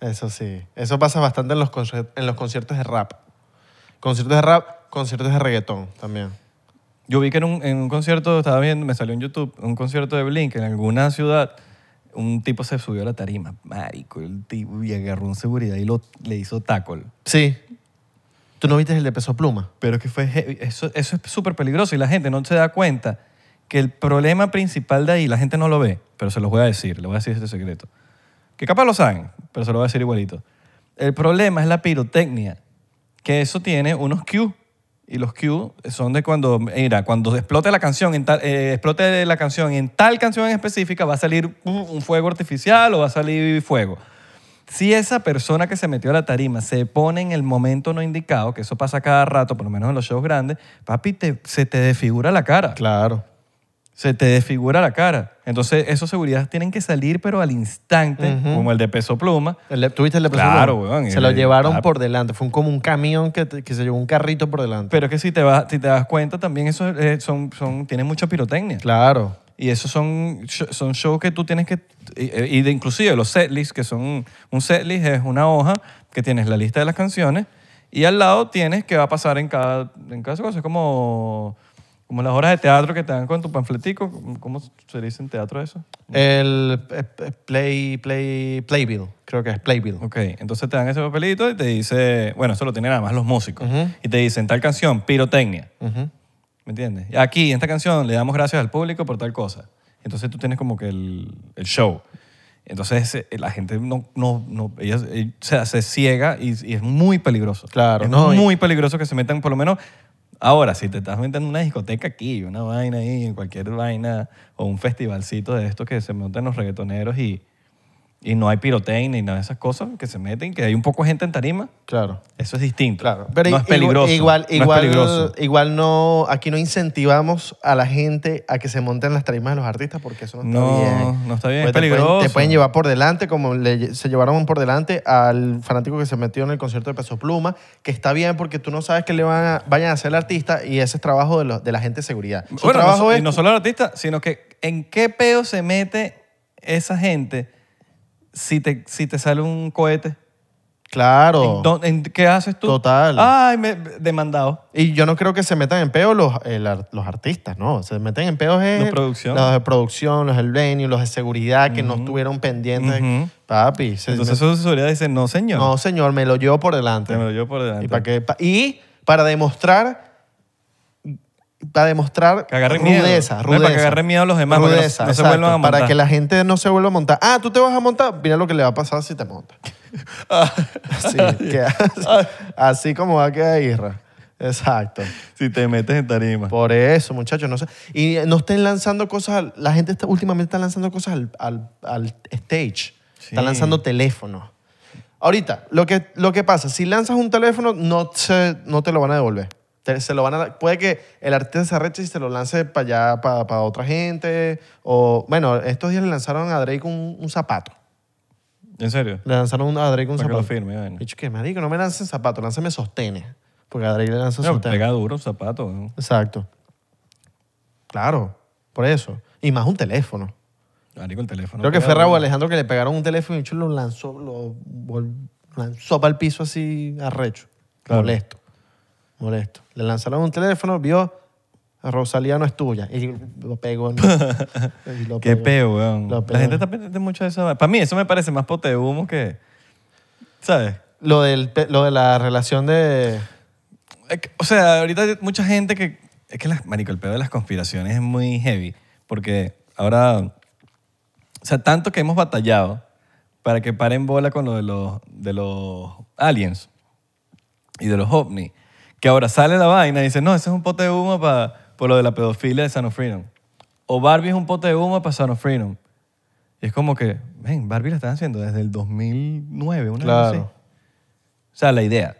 Speaker 2: Eso sí. Eso pasa bastante en los, conci- en los conciertos de rap. Conciertos de rap, conciertos de reggaetón también.
Speaker 1: Yo vi que en un, en un concierto, estaba viendo, me salió en YouTube, un concierto de Blink en alguna ciudad, un tipo se subió a la tarima, marico, el tipo, y agarró un seguridad y lo, le hizo tackle.
Speaker 2: Sí. ¿Tú no viste el de peso pluma?
Speaker 1: Pero es que fue heavy. Eso, eso es súper peligroso y la gente no se da cuenta que el problema principal de ahí, la gente no lo ve, pero se los voy a decir, les voy a decir este secreto. Que capaz lo saben, pero se lo voy a decir igualito. El problema es la pirotecnia, que eso tiene unos Q. Y los Q son de cuando, mira, cuando explote la canción, en tal, eh, explote la canción en tal canción en específica, va a salir un un fuego artificial o va a salir fuego. Si esa persona que se metió a la tarima se pone en el momento no indicado, que eso pasa cada rato, por lo menos en los shows grandes, papi, te- se te desfigura la cara.
Speaker 2: Claro.
Speaker 1: Se te desfigura la cara. Entonces, esos seguridades tienen que salir, pero al instante, como el de peso pluma.
Speaker 2: El de- ¿Tuviste el de peso
Speaker 1: Claro,
Speaker 2: pluma?
Speaker 1: weón,
Speaker 2: Se
Speaker 1: el-
Speaker 2: lo llevaron
Speaker 1: claro.
Speaker 2: por delante. Fue un- como un camión que, te- que se llevó un carrito por delante.
Speaker 1: Pero es que si te, vas, si te das cuenta, también eso eh, son, son, tienen mucha pirotecnia.
Speaker 2: Claro.
Speaker 1: Y esos son, sho- son shows que tú tienes que... Y, y de, inclusive los setlists, que son... Un setlist es una hoja que tienes la lista de las canciones y al lado tienes qué va a pasar en cada, en cada cosa. Es como, como las horas de teatro que te dan con tu panfletico. ¿Cómo se dice en teatro eso?
Speaker 2: El eh, eh, play, play, Playbill. Creo que es Playbill.
Speaker 1: Ok, entonces te dan ese papelito y te dice... Bueno, eso lo tienen además los músicos. Y te dicen tal canción, pirotecnia.
Speaker 2: Ujú.
Speaker 1: ¿Me entiendes? Aquí, en esta canción, le damos gracias al público por tal cosa. Entonces tú tienes como que el, el show. Entonces eh, la gente no, no, no ella, eh, o sea, se ciega y, y es muy peligroso.
Speaker 2: Claro,
Speaker 1: Es
Speaker 2: no, y-
Speaker 1: muy peligroso que se metan, por lo menos, ahora, si te estás metiendo en una discoteca aquí, una vaina ahí, en cualquier vaina, o un festivalcito de estos que se montan los reggaetoneros y, y no hay pirotecnia y nada de esas cosas que se meten, que hay un poco de gente en tarima,
Speaker 2: Claro.
Speaker 1: eso es distinto.
Speaker 2: Claro.
Speaker 1: no
Speaker 2: i-
Speaker 1: es peligroso.
Speaker 2: Igual,
Speaker 1: no es
Speaker 2: igual,
Speaker 1: peligroso.
Speaker 2: igual no, aquí no incentivamos a la gente a que se monten las tarimas de los artistas porque eso no está
Speaker 1: No,
Speaker 2: bien.
Speaker 1: no está bien, es
Speaker 2: te pueden- Te pueden,
Speaker 1: peligroso.
Speaker 2: llevar por delante, como le lle- se llevaron por delante al fanático que se metió en el concierto de Peso Pluma, que está bien porque tú no sabes qué le van a- vayan a hacer al artista y ese es trabajo de, los- de la gente de seguridad. Su
Speaker 1: Bueno, no
Speaker 2: trabajo
Speaker 1: so-
Speaker 2: es
Speaker 1: y no solo el artista, sino que en qué peo se mete esa gente si te, si te sale un cohete.
Speaker 2: Claro.
Speaker 1: ¿Dó- en- ¿Qué haces tú?
Speaker 2: Total.
Speaker 1: Ay, me, demandado.
Speaker 2: Y yo no creo que se metan en peo los, el ar- los artistas, ¿no? Se meten en peos es
Speaker 1: Los producción.
Speaker 2: los de producción, los del venue, los de seguridad que no estuvieron pendientes.
Speaker 1: Ujú.
Speaker 2: Papi, se-
Speaker 1: Entonces su seguridad dice, no señor.
Speaker 2: no señor, me lo llevo por delante.
Speaker 1: Te me lo llevo por delante.
Speaker 2: ¿Y para qué? Pa- y para demostrar para demostrar
Speaker 1: Que agarren miedo.
Speaker 2: rudeza,
Speaker 1: No,
Speaker 2: rudeza.
Speaker 1: para que agarren miedo a los demás, para que no-
Speaker 2: Rudeza,
Speaker 1: no se
Speaker 2: exacto,
Speaker 1: vuelvan a
Speaker 2: Para
Speaker 1: montar.
Speaker 2: que la gente no se vuelva a montar. Ah, tú te vas a montar. Mira lo que le va a pasar si te montas.
Speaker 1: Ah,
Speaker 2: Así, que- así como va a quedar Isra. Exacto.
Speaker 1: Si te metes en tarima.
Speaker 2: Por eso, muchachos, no sé. Y no estén lanzando cosas. al- La gente está- últimamente está lanzando cosas al, al- al stage.
Speaker 1: Sí.
Speaker 2: Está lanzando teléfonos. Ahorita, lo que, lo que pasa, si lanzas un teléfono, no, se- no te lo van a devolver. Te- se lo van a, puede que el artista se arreche y se lo lance para allá, para, otra gente. O, bueno, estos días le lanzaron a Drake un, un zapato.
Speaker 1: ¿En serio?
Speaker 2: Le lanzaron a Drake un
Speaker 1: Para que lo
Speaker 2: zapato.
Speaker 1: firme. Bueno.
Speaker 2: Dicho que, marico, no me lancen zapato, lánceme sostenes. Porque a Drake le lanzan
Speaker 1: No,
Speaker 2: sostenes.
Speaker 1: pega duro un zapato. ¿no?
Speaker 2: Exacto. Claro, por eso. Y más un teléfono.
Speaker 1: Marico, el teléfono.
Speaker 2: Creo que
Speaker 1: pega
Speaker 2: fue
Speaker 1: duro.
Speaker 2: Raúl Alejandro que le pegaron un teléfono y el chulo lo lanzó, lo vol- lanzó para el piso así arrecho.
Speaker 1: Claro.
Speaker 2: Molesto. Molesto. Le lanzaron un teléfono, vio, Rosalía no es tuya. Y lo pegó. en- y lo
Speaker 1: Qué
Speaker 2: pegó.
Speaker 1: peo, weón.
Speaker 2: Lo
Speaker 1: La
Speaker 2: pegó.
Speaker 1: gente está pendiente mucho de eso. Para mí eso me parece más pote de humo que... ¿Sabes?
Speaker 2: Lo, del, pe- lo de la relación de...
Speaker 1: Es que, O sea, ahorita hay mucha gente que... Es que, las, marico, el pedo de las conspiraciones es muy heavy. Porque ahora... O sea, tanto que hemos batallado para que paren bola con lo de los, de los aliens y de los ovnis. Que ahora sale la vaina y dice, no, ese es un pote de humo para, por lo de la pedofilia de San of Freedom. O Barbie es un pote de humo para San of Freedom. Y es como que, ven, Barbie la están haciendo desde el 2009, una cosa así.
Speaker 2: Claro.
Speaker 1: O sea, la idea.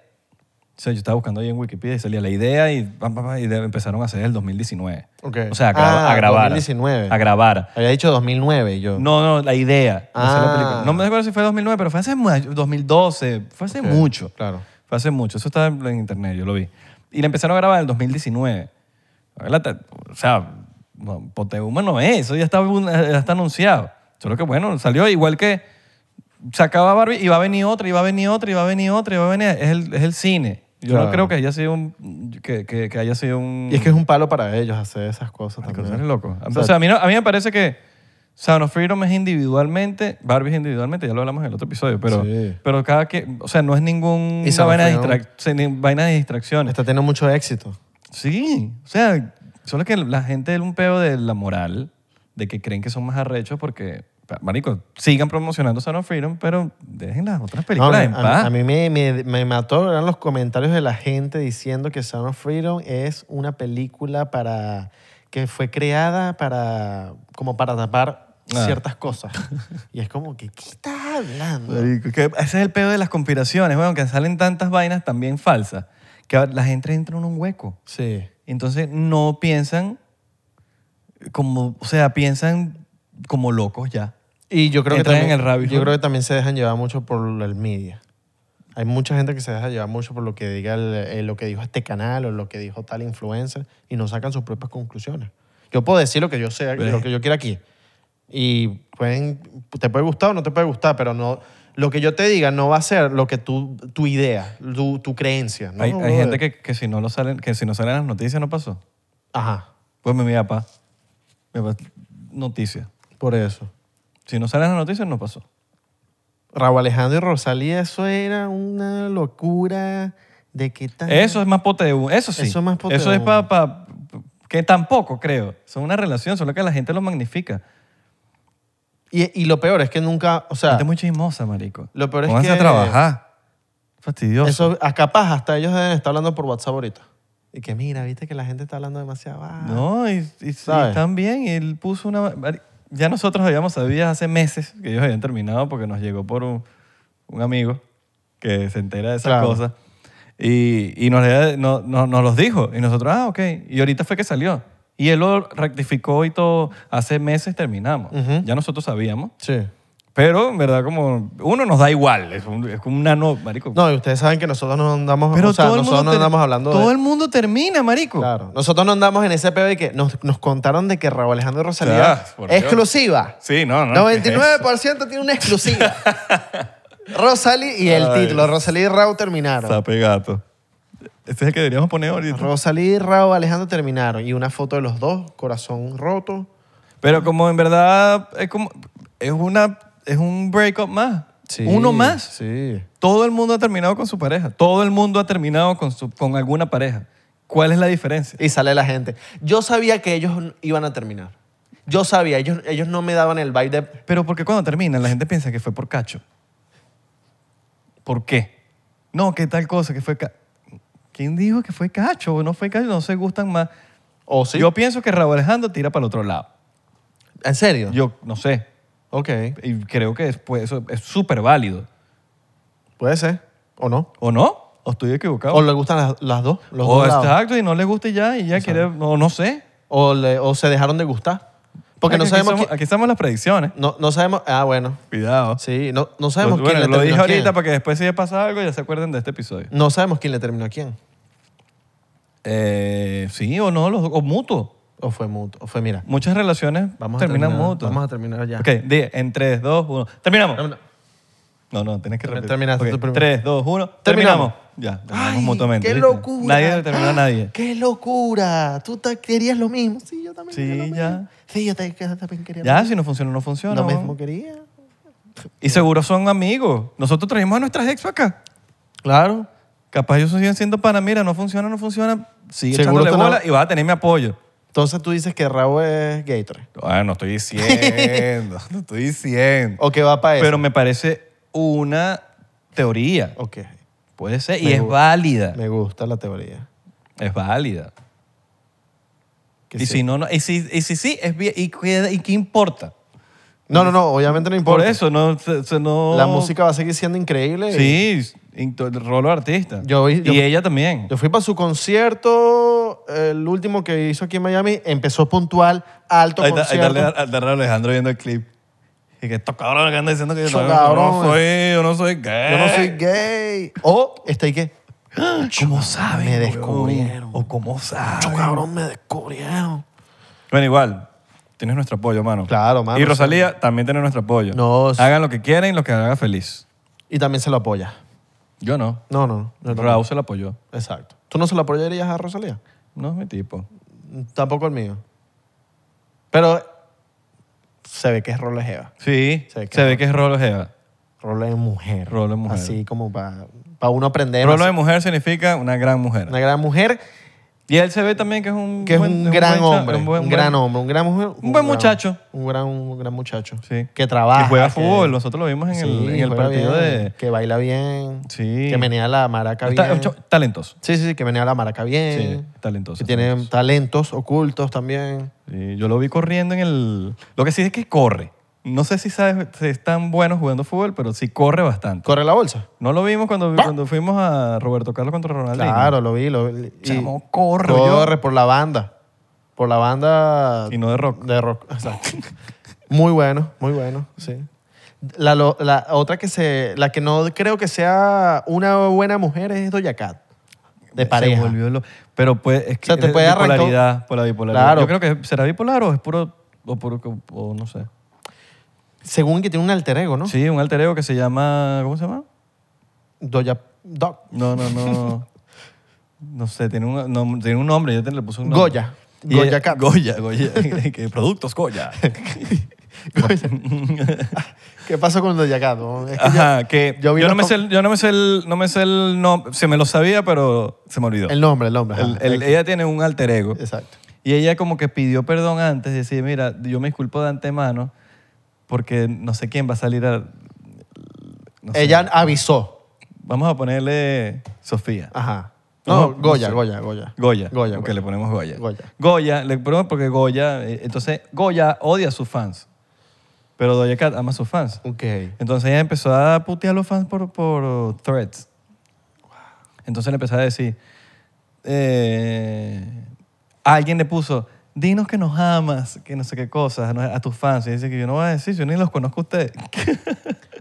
Speaker 1: O sea, yo estaba buscando ahí en Wikipedia y salía la idea y, pam, pam, pam, y de- empezaron a hacer el 2019.
Speaker 2: Ok.
Speaker 1: O sea, a, gra-
Speaker 2: Ah,
Speaker 1: a grabar.
Speaker 2: 2019.
Speaker 1: A grabar.
Speaker 2: Había dicho 2009 y yo.
Speaker 1: No, no, la idea. de hacer la
Speaker 2: Ah.
Speaker 1: película. No me acuerdo si fue 2009, pero fue hace mu- 2012. Fue hace
Speaker 2: Ok,
Speaker 1: mucho.
Speaker 2: claro.
Speaker 1: Fue hace mucho. Eso está en en internet, yo lo vi. Y la empezaron a grabar en el 2019. La ta- O sea, no, pote humo no es. Eso ya está, un- ya está anunciado. Solo que, bueno, salió igual que sacaba Barbie y va a venir otra, y va a venir otra, y va a venir otra, y va a venir... Es el, es el cine. Yo no
Speaker 2: Claro.
Speaker 1: creo que haya sido un... que, que- que haya sido un...
Speaker 2: Y es que es un palo para ellos hacer esas cosas
Speaker 1: Marico, tú
Speaker 2: también.
Speaker 1: eres loco.
Speaker 2: O sea,
Speaker 1: O sea, a mí, no- a mí me parece que Sound of Freedom es individualmente, Barbie es individualmente, ya lo hablamos en el otro episodio, pero,
Speaker 2: Sí.
Speaker 1: pero cada que, o sea, no es ningún
Speaker 2: Y
Speaker 1: una
Speaker 2: Sound of
Speaker 1: vaina, de
Speaker 2: Freedom.
Speaker 1: distrac- o sea, ni- vaina de distracciones.
Speaker 2: Está teniendo mucho éxito.
Speaker 1: Sí, o sea, solo que la gente es un peo de la moral, de que creen que son más arrechos porque, pa- marico, sigan promocionando Sound of Freedom, pero dejen las otras películas en
Speaker 2: No, a-
Speaker 1: paz.
Speaker 2: A, mí me, me- me mató eran los comentarios de la gente diciendo que Sound of Freedom es una película para que fue creada para como para tapar
Speaker 1: Ah.
Speaker 2: ciertas cosas. y es como que ¿qué estás hablando?
Speaker 1: Marico, que ese es el pedo de las conspiraciones, weón, que salen tantas vainas también falsas, que a- la gente entra en un hueco.
Speaker 2: Sí.
Speaker 1: Entonces no piensan como, o sea, piensan como locos ya.
Speaker 2: Y yo creo que
Speaker 1: Entran en
Speaker 2: también,
Speaker 1: el rabbit
Speaker 2: yo
Speaker 1: hole.
Speaker 2: creo que también se dejan llevar mucho por el media. Hay mucha gente que se deja llevar mucho por lo que diga el- eh, lo que dijo este canal o lo que dijo tal influencer y no sacan sus propias conclusiones. Yo puedo decir lo que yo sea,
Speaker 1: Pues-
Speaker 2: lo que yo quiera aquí. Y pueden, te puede gustar o no te puede gustar, pero no lo que yo te diga no va a ser lo que tú, tu idea, tu, tu creencia. ¿no?
Speaker 1: hay hay
Speaker 2: brother.
Speaker 1: gente que, que si no lo salen, que si no salen las noticias no pasó.
Speaker 2: Ajá,
Speaker 1: Pues mi papá, mi papá, noticias.
Speaker 2: por eso.
Speaker 1: Si no salen las noticias no pasó.
Speaker 2: Raúl Alejandro y Rosalía, eso era una locura de que tan...
Speaker 1: Eso es más pote de uno. Eso sí.
Speaker 2: Eso es más pote
Speaker 1: Eso
Speaker 2: de
Speaker 1: es
Speaker 2: uno.
Speaker 1: para... que tampoco creo. Son una relación, solo que la gente lo magnifica.
Speaker 2: Y, y lo peor es que nunca, o
Speaker 1: La
Speaker 2: sea,
Speaker 1: gente es muy chismosa, marico.
Speaker 2: Ah. Lo peor es
Speaker 1: Pónganse
Speaker 2: que-
Speaker 1: a trabajar. Fastidioso.
Speaker 2: eso, a capaz hasta ellos deben estar hablando por WhatsApp ahorita. Y que mira, viste que la gente está hablando demasiado. ah.
Speaker 1: No, y, y- y
Speaker 2: ¿Sabes?
Speaker 1: están bien. Y él puso una... vari- Ya nosotros habíamos sabido hace meses que ellos habían terminado porque nos llegó por un, un amigo que se entera de esas
Speaker 2: Claro.
Speaker 1: cosas. Y, y nos, le- no- no- nos los dijo. Y nosotros, ah, ok. Y ahorita fue que salió. Y él lo rectificó y todo. Hace meses terminamos.
Speaker 2: Ujú.
Speaker 1: Ya nosotros sabíamos.
Speaker 2: Sí.
Speaker 1: Pero, en verdad, como... Uno nos da igual. Es, un- es como un nano, marico.
Speaker 2: No, y ustedes saben que nosotros no andamos,
Speaker 1: Pero
Speaker 2: o sea,
Speaker 1: todo el
Speaker 2: nosotros
Speaker 1: mundo
Speaker 2: no
Speaker 1: ter-
Speaker 2: andamos hablando
Speaker 1: Todo
Speaker 2: de...
Speaker 1: el mundo termina, marico.
Speaker 2: Claro. Nosotros no andamos en ese peo de que nos, nos contaron de que Raúl Alejandro y Rosalía...
Speaker 1: Ah, por Dios.
Speaker 2: exclusiva.
Speaker 1: Sí, no, no. ¿qué es eso?
Speaker 2: 99% tiene una exclusiva. Rosalía y el
Speaker 1: Ay.
Speaker 2: título. Rosalía y Raúl terminaron.
Speaker 1: Sape gato. Este es el que deberíamos poner ahorita.
Speaker 2: Rosalía y Raúl Alejandro terminaron. Y una foto de los dos, corazón roto.
Speaker 1: Pero como en verdad es como es una es un breakup más.
Speaker 2: Sí,
Speaker 1: Uno más.
Speaker 2: Sí.
Speaker 1: Todo el mundo ha terminado con su pareja. Todo el mundo ha terminado con su con alguna pareja. ¿Cuál es la diferencia?
Speaker 2: Y sale la gente. Yo sabía que ellos n- iban a terminar. Yo sabía, ellos, ellos no me daban el vibe de...
Speaker 1: Pero porque cuando terminan la gente piensa que fue por cacho. ¿Por qué? No, que tal cosa, que fue ca- ¿Quién dijo que fue cacho? No fue cacho, no se gustan más.
Speaker 2: ¿O "Oh, sí?
Speaker 1: Yo pienso que Raúl Alejandro tira para el otro lado.
Speaker 2: ¿En serio?
Speaker 1: Yo no sé.
Speaker 2: Ok.
Speaker 1: Y creo que después eso es súper válido.
Speaker 2: Puede ser. ¿O no?
Speaker 1: ¿O no? ¿O estoy equivocado?
Speaker 2: ¿O le gustan las, las dos? Los
Speaker 1: o
Speaker 2: dos lados.
Speaker 1: exacto, y no le gusta y ya, y ya quiere, o no sé.
Speaker 2: O, le- o se dejaron de gustar. Porque no
Speaker 1: Aquí
Speaker 2: sabemos,
Speaker 1: estamos-
Speaker 2: quién-
Speaker 1: Aquí estamos las predicciones.
Speaker 2: no, no sabemos... Ah, bueno.
Speaker 1: Cuidado.
Speaker 2: Sí, no, no sabemos
Speaker 1: Pues,
Speaker 2: quién
Speaker 1: bueno,
Speaker 2: le
Speaker 1: lo dije
Speaker 2: terminó a
Speaker 1: ahorita
Speaker 2: quién.
Speaker 1: para que después si le pasa algo ya se acuerden de este episodio.
Speaker 2: No sabemos quién le terminó a quién.
Speaker 1: Eh, sí o no, los- o mutuo.
Speaker 2: O fue mutuo. O fue, mira.
Speaker 1: Muchas relaciones
Speaker 2: Vamos a
Speaker 1: terminan
Speaker 2: terminar.
Speaker 1: mutuo.
Speaker 2: Vamos a terminar ya.
Speaker 1: Ok, di- en 3, 2, 1. Terminamos.
Speaker 2: Termina-
Speaker 1: No, no, tienes que repetir.
Speaker 2: Terminaste tú
Speaker 1: Ok,
Speaker 2: primero.
Speaker 1: 3, 2, 1. Terminamos.
Speaker 2: Terminamos.
Speaker 1: Ya, terminamos
Speaker 2: Ay,
Speaker 1: mutuamente.
Speaker 2: ¡Qué
Speaker 1: ¿viste?
Speaker 2: locura!
Speaker 1: Nadie terminó a nadie.
Speaker 2: ¡Ah! ¡Qué locura! Tú ta- querías lo mismo. Sí, yo también
Speaker 1: Sí,
Speaker 2: quería lo
Speaker 1: ya.
Speaker 2: mismo. Sí, yo te- yo también quería
Speaker 1: Ya, si no funciona, no funciona.
Speaker 2: lo
Speaker 1: weón.
Speaker 2: mismo quería.
Speaker 1: Y seguro son amigos. Nosotros trajimos a nuestras ex para acá.
Speaker 2: Claro.
Speaker 1: Capaz ellos siguen siendo pana. Mira, no funciona, no funciona. Sigue
Speaker 2: Seguro
Speaker 1: echándole
Speaker 2: te la-
Speaker 1: bola y vas a tener mi apoyo.
Speaker 2: Entonces tú dices que Raúl es Gator.
Speaker 1: Ah, no estoy diciendo. no estoy diciendo.
Speaker 2: O que va para eso.
Speaker 1: Pero me parece una teoría.
Speaker 2: Ok.
Speaker 1: Puede ser. Y
Speaker 2: Me
Speaker 1: es
Speaker 2: gusta.
Speaker 1: válida.
Speaker 2: Me gusta la teoría.
Speaker 1: Es válida.
Speaker 2: Que
Speaker 1: Y
Speaker 2: sí.
Speaker 1: si no, no. Y si, y si sí, es bien. ¿Y qué, y qué importa?
Speaker 2: No, no, no. Obviamente no
Speaker 1: Por
Speaker 2: importa.
Speaker 1: eso, no, se- se- no-
Speaker 2: La música va a seguir siendo increíble.
Speaker 1: Sí, into- rolo artista.
Speaker 2: Yo vi- yo-
Speaker 1: y ella también.
Speaker 2: Yo fui para su concierto, el último que hizo aquí en Miami, empezó puntual, alto
Speaker 1: Ahí está- ahí
Speaker 2: concierto.
Speaker 1: está Ale- ahí está Alejandro viendo el clip. Y que estos cabrones que andan diciendo que yo
Speaker 2: Estos
Speaker 1: no,
Speaker 2: cabrones.
Speaker 1: no soy, yo no soy gay.
Speaker 2: Yo no soy gay. O está ahí que.
Speaker 1: ¿Cómo saben?
Speaker 2: Me
Speaker 1: weón?
Speaker 2: descubrieron.
Speaker 1: O cómo saben.
Speaker 2: "Oh, cabrón, me descubrieron.
Speaker 1: Bueno, igual, tienes nuestro apoyo, mano.
Speaker 2: Claro, mano,
Speaker 1: Y Rosalía también tiene nuestro apoyo.
Speaker 2: No, sí.
Speaker 1: Hagan lo que quieren, lo que haga feliz.
Speaker 2: Y también se lo apoya.
Speaker 1: Yo no.
Speaker 2: No, no. yo tampoco.
Speaker 1: Raúl se la apoyó.
Speaker 2: Exacto. ¿Tú no se la apoyarías a Rosalía?
Speaker 1: No es mi tipo.
Speaker 2: Tampoco el mío. Pero se ve que es rol de jeva.
Speaker 1: Sí,
Speaker 2: Se ve que
Speaker 1: se ve
Speaker 2: no.
Speaker 1: que es Rolo Jeva.
Speaker 2: Rol de mujer.
Speaker 1: Rol de mujer.
Speaker 2: Así como para uno aprender.
Speaker 1: Rolo de
Speaker 2: así.
Speaker 1: mujer significa una gran mujer.
Speaker 2: Una gran mujer
Speaker 1: Y él se ve también que es un,
Speaker 2: que es
Speaker 1: buen-
Speaker 2: un gran
Speaker 1: buen cha-
Speaker 2: hombre. Un,
Speaker 1: buen-
Speaker 2: gran hombre. Un gran mujer.
Speaker 1: un buen
Speaker 2: gran-
Speaker 1: muchacho.
Speaker 2: Un gran, un gran muchacho.
Speaker 1: Sí.
Speaker 2: Que trabaja.
Speaker 1: Que juega
Speaker 2: que-
Speaker 1: fútbol. Nosotros lo vimos en
Speaker 2: Sí,
Speaker 1: el, en el
Speaker 2: juega
Speaker 1: partido
Speaker 2: bien,
Speaker 1: de...
Speaker 2: Que baila bien.
Speaker 1: Sí.
Speaker 2: Que menea la maraca
Speaker 1: Está-
Speaker 2: bien.
Speaker 1: cho- talentoso.
Speaker 2: Sí, sí, sí, que menea la maraca
Speaker 1: Sí,
Speaker 2: bien.
Speaker 1: talentoso.
Speaker 2: que tiene
Speaker 1: talentoso.
Speaker 2: talentos ocultos también.
Speaker 1: Sí, yo lo vi corriendo en el... Lo que sí es que corre. No sé si sabes si es tan bueno jugando fútbol, pero sí corre bastante.
Speaker 2: Corre la bolsa.
Speaker 1: No lo vimos cuando, cuando fuimos a Roberto Carlos contra Ronaldinho.
Speaker 2: ¿Ah? Claro, lo vi. Lo, vi. Y
Speaker 1: Chamo, corre,
Speaker 2: Corre por la banda. Por la banda.
Speaker 1: Y no de rock.
Speaker 2: De rock, exacto. muy bueno, muy bueno, sí. La, lo- la otra que se. La que no creo que sea una buena mujer es Doja Cat. De pareja.
Speaker 1: Se volvió lo- Pero pues, es que
Speaker 2: sea, te
Speaker 1: es
Speaker 2: puede arrancar un-
Speaker 1: bipolaridad, por la bipolaridad.
Speaker 2: Claro.
Speaker 1: Yo creo que será bipolar o es puro... O, puro, o no sé.
Speaker 2: Según que tiene un alter ego, ¿no?
Speaker 1: Sí, un alter ego que se llama... ¿Cómo se llama?
Speaker 2: Doja. Dog.
Speaker 1: No, no, no. no sé, tiene un, no, tiene un nombre. Yo te- le puse un nombre.
Speaker 2: Goya.
Speaker 1: Y
Speaker 2: Goya
Speaker 1: ella-
Speaker 2: Cat.
Speaker 1: Goya, Goya. que productos Goya.
Speaker 2: ¿Qué pasó con Doja Cat? no? Es que
Speaker 1: Ajá, que
Speaker 2: yo
Speaker 1: yo,
Speaker 2: vi
Speaker 1: no
Speaker 2: las
Speaker 1: me
Speaker 2: com-
Speaker 1: sé, el- yo no me sé el, no me sé el nom- se me lo sabía, pero se me olvidó.
Speaker 2: yo- el nombre, el nombre. ajá.
Speaker 1: Ah, El- el- ella tiene un alter ego.
Speaker 2: Exacto.
Speaker 1: Y ella como que pidió perdón antes, decía, mira, yo me disculpo de antemano porque no sé quién va a salir a... no sé.
Speaker 2: Ella avisó.
Speaker 1: Vamos a ponerle Sofía.
Speaker 2: Ajá.
Speaker 1: No, no
Speaker 2: No, Goya,
Speaker 1: sé.
Speaker 2: Goya, Goya.
Speaker 1: Goya.
Speaker 2: Goya.
Speaker 1: Porque le ponemos Goya.
Speaker 2: Goya.
Speaker 1: le ponemos porque Goya... eh, Entonces, Goya odia a sus fans. Pero Doja Cat ama a sus fans.
Speaker 2: Ok.
Speaker 1: Entonces ella empezó a putear a los fans por, por threads. Entonces le empezó a decir... eh, alguien le puso... Dinos que nos amas, que no sé qué cosas, no- a tus fans. Y dice que yo no voy a decir, yo ni los conozco a ustedes.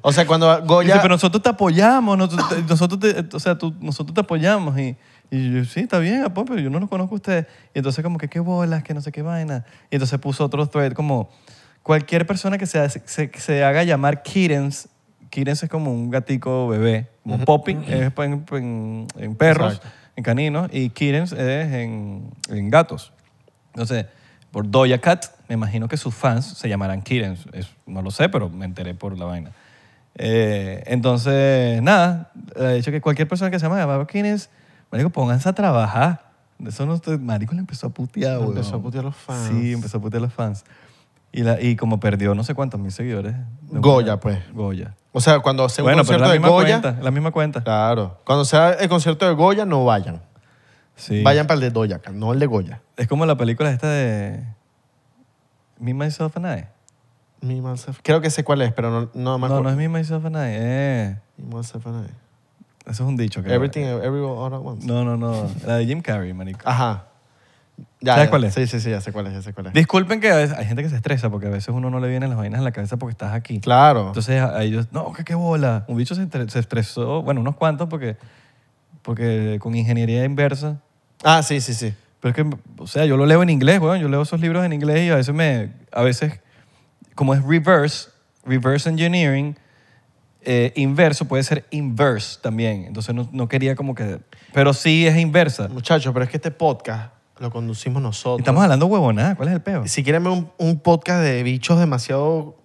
Speaker 2: O sea, cuando Goya...
Speaker 1: Dice, pero nosotros te apoyamos, nosotros te, nosotros te- o sea, tú- nosotros te apoyamos. Y, y yo, sí, está bien, apo- pero yo no los conozco a ustedes. Y entonces como que qué bolas, que no sé qué vaina. Y entonces puso otro thread como, cualquier persona que se, hace- se, que se haga llamar Kittens, Kittens es como un gatico bebé, como popping, es pa- en, pues, en- en perros,
Speaker 2: Exacto.
Speaker 1: en caninos, y Kittens es en, en gatos. Entonces, por Doja Cat, me imagino que sus fans se llamarán Kittens. Es- no lo sé, pero me enteré por la vaina. Eh, entonces, nada, he dicho que cualquier persona que se llama llamado Kittens, marico, pónganse a trabajar. Eso no, te- marico le empezó a putear,
Speaker 2: Le empezó
Speaker 1: huevón.
Speaker 2: a putear a los fans.
Speaker 1: Sí, empezó a putear a los fans. Y, la, y como perdió no sé cuántos mil seguidores. de un
Speaker 2: Goya,
Speaker 1: día,
Speaker 2: pues.
Speaker 1: Goya.
Speaker 2: O sea, cuando sea un
Speaker 1: bueno, pero
Speaker 2: concierto
Speaker 1: la
Speaker 2: de
Speaker 1: misma
Speaker 2: Goya...
Speaker 1: cuenta. La misma cuenta.
Speaker 2: Claro. Cuando sea el concierto de Goya, no vayan.
Speaker 1: Sí.
Speaker 2: Vayan para el de Doya, no el de Goya.
Speaker 1: Es como la película esta de Me, Myself and I.
Speaker 2: Me, myself- Creo que sé cuál es, pero no, no me
Speaker 1: No,
Speaker 2: acuerdo.
Speaker 1: no es Me, Myself and I. Eh,
Speaker 2: Me, myself, and I.
Speaker 1: eso es un dicho. Que
Speaker 2: Everything, everyone, all at once.
Speaker 1: No, no, no. La de Jim Carrey, marico.
Speaker 2: Ajá. Ya,
Speaker 1: ¿Sabes
Speaker 2: ya.
Speaker 1: cuál es?
Speaker 2: Sí, sí, sí, ya sé cuál es, ya sé cuál es.
Speaker 1: Disculpen que a veces- hay gente que se estresa porque a veces uno no le vienen las vainas en la cabeza porque estás aquí.
Speaker 2: Claro.
Speaker 1: Entonces a ellos, no, que qué bola. Un bicho se, entre- se estresó, bueno, unos cuantos porque, porque con ingeniería inversa.
Speaker 2: ah, sí, sí, sí.
Speaker 1: Pero es que, o sea, yo lo leo en inglés, weón. Yo leo esos libros en inglés y a veces me, a veces, como es reverse, reverse engineering, eh, inverso puede ser inverse también. Entonces no, no quería como que, pero sí es inversa.
Speaker 2: Muchachos, pero es que este podcast lo conducimos nosotros.
Speaker 1: Estamos hablando huevonada, ¿cuál es el peo?
Speaker 2: Si quieren ver un, un podcast de bichos demasiado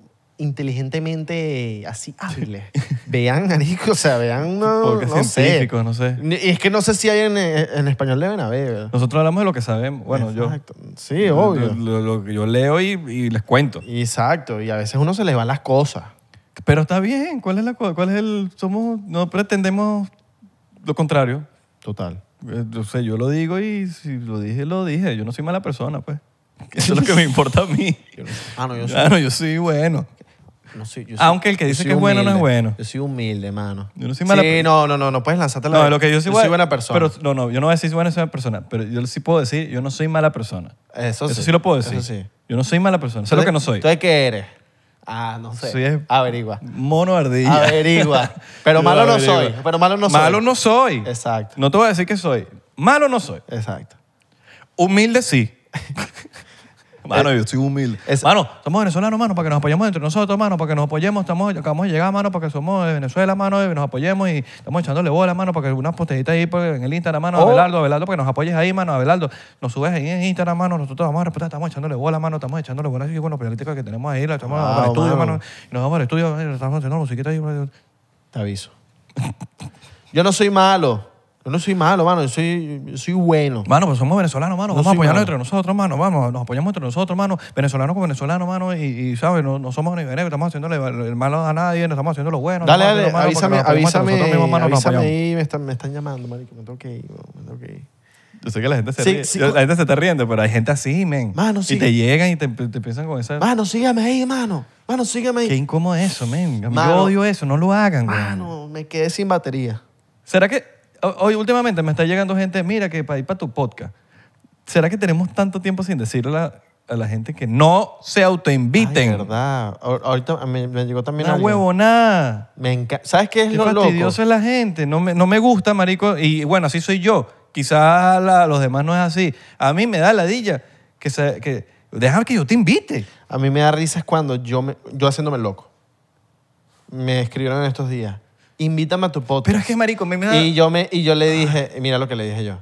Speaker 2: inteligentemente así hábiles, vean, marico, o sea, vean uno,
Speaker 1: Podcast
Speaker 2: no sé.
Speaker 1: científicos, no sé.
Speaker 2: Ni- Y es que no sé si hay en, en español deben haber. ¿verdad?
Speaker 1: Nosotros hablamos de lo que sabemos. Bueno,
Speaker 2: Exacto.
Speaker 1: yo.
Speaker 2: Sí,
Speaker 1: Lo,
Speaker 2: obvio.
Speaker 1: lo- lo que yo leo y, y les cuento.
Speaker 2: Exacto, y a veces uno se le van las cosas.
Speaker 1: Pero está bien, ¿cuál es la co- cuál es el somos no pretendemos lo contrario.
Speaker 2: Total.
Speaker 1: Eh, Yo sé, yo lo digo y si lo dije, lo dije. Yo no soy mala persona, pues. Eso es lo que me importa a mí.
Speaker 2: Ah, no, yo soy,
Speaker 1: Claro, yo soy bueno.
Speaker 2: no soy- yo
Speaker 1: Aunque el que
Speaker 2: yo
Speaker 1: dice
Speaker 2: soy
Speaker 1: que es bueno no es
Speaker 2: humilde.
Speaker 1: bueno.
Speaker 2: Yo soy humilde, mano.
Speaker 1: Yo no soy mala
Speaker 2: Sí,
Speaker 1: per-
Speaker 2: no, no, no, no puedes lanzarte la
Speaker 1: No, lo que yo soy,
Speaker 2: soy buena persona.
Speaker 1: Pero, no, no, yo no voy a decir soy buena soy buena persona, pero yo sí puedo decir, yo no soy mala persona.
Speaker 2: eso,
Speaker 1: Eso sí lo puedo decir.
Speaker 2: Eso sí.
Speaker 1: Yo no soy mala persona, sé
Speaker 2: e-
Speaker 1: lo que no soy.
Speaker 2: ¿Entonces qué eres? Ah, no sé.
Speaker 1: Soy es-
Speaker 2: Averigua.
Speaker 1: Mono ardilla.
Speaker 2: Averigua. Pero
Speaker 1: Yo
Speaker 2: malo no
Speaker 1: averiguo.
Speaker 2: soy. Pero malo no soy.
Speaker 1: Malo no soy.
Speaker 2: Exacto.
Speaker 1: No te voy a decir que soy. Malo no soy.
Speaker 2: Exacto.
Speaker 1: Humilde sí. Mano, yo soy humilde.
Speaker 2: Eh, es-
Speaker 1: mano, somos venezolanos, mano, para que nos apoyemos entre nosotros, mano, para que nos apoyemos. Estamos, acabamos de llegar, mano, para que somos de Venezuela, mano, y nos apoyemos y estamos echándole bola, mano, para que unas posteditas ahí porque en el Instagram, mano,
Speaker 2: O-
Speaker 1: Abelardo, Abelardo, para que nos apoyes ahí, mano, Abelardo. Nos subes ahí en Instagram, mano, nosotros vamos a respetar, estamos echándole bola, mano, estamos echándole bola así con los periodistas que tenemos ahí, la echamos
Speaker 2: Wow,
Speaker 1: al estudio,
Speaker 2: mano.
Speaker 1: mano. y nos vamos al estudio, eh, estamos haciendo musiquita ahí. mano.
Speaker 2: Te aviso. Yo no soy malo. Yo no soy malo, mano. Yo soy, yo soy bueno.
Speaker 1: Mano, pues somos venezolanos, mano. Vamos a
Speaker 2: soy
Speaker 1: apoyarnos
Speaker 2: malo.
Speaker 1: entre nosotros, mano. Vamos, nos apoyamos entre nosotros, mano. Venezolano con venezolano, mano. Y, y, ¿sabes? No, no somos ni veneno, estamos haciéndole el malo a nadie, no estamos haciendo lo bueno.
Speaker 2: Dale,
Speaker 1: estamos
Speaker 2: dale,
Speaker 1: haciendo lo malo,
Speaker 2: avísame,
Speaker 1: porque nos apoyamos entre
Speaker 2: avísame,
Speaker 1: nosotros mismos, mano, nos
Speaker 2: avísame
Speaker 1: apoyamos.
Speaker 2: ahí, me están, me están llamando, marico, me tengo que ir, bro, me tengo que ir.
Speaker 1: Yo sé que la gente se
Speaker 2: Sí,
Speaker 1: ríe.
Speaker 2: sí,
Speaker 1: Yo-
Speaker 2: con-
Speaker 1: la gente se está riendo, pero hay gente así, men.
Speaker 2: Mano, sí.
Speaker 1: Y te llegan y te, te piensan con esa...
Speaker 2: Mano, sígame ahí, mano, mano, sígame
Speaker 1: Qué
Speaker 2: ahí.
Speaker 1: incómodo eso, men. A mí Yo
Speaker 2: Mano.
Speaker 1: odio eso, no lo hagan, güey.
Speaker 2: Mano, me quedé sin batería.
Speaker 1: ¿Será que... ho- Hoy últimamente me está llegando gente, mira, que para ir para tu podcast. ¿Será que tenemos tanto tiempo sin decirle a la, a la gente que no se autoinviten?
Speaker 2: Ay, verdad. Ahor- Ahorita me, me llegó también
Speaker 1: Una
Speaker 2: alguien.
Speaker 1: huevonada.
Speaker 2: Me encanta. ¿Sabes qué es
Speaker 1: Qué
Speaker 2: lo loco?
Speaker 1: fastidiosa es la gente. No me, no me gusta, marico. Y bueno, así soy yo. Quizás a la- a los demás no es así. A mí me da ladilla que, se, que deja que yo te invite.
Speaker 2: A mí me da risa es cuando yo, me, yo haciéndome loco. Me escribieron en estos días, invítame a tu podcast.
Speaker 1: Pero es que, marico, a mí me da...
Speaker 2: Y yo, me, y yo le dije, mira lo que le dije yo.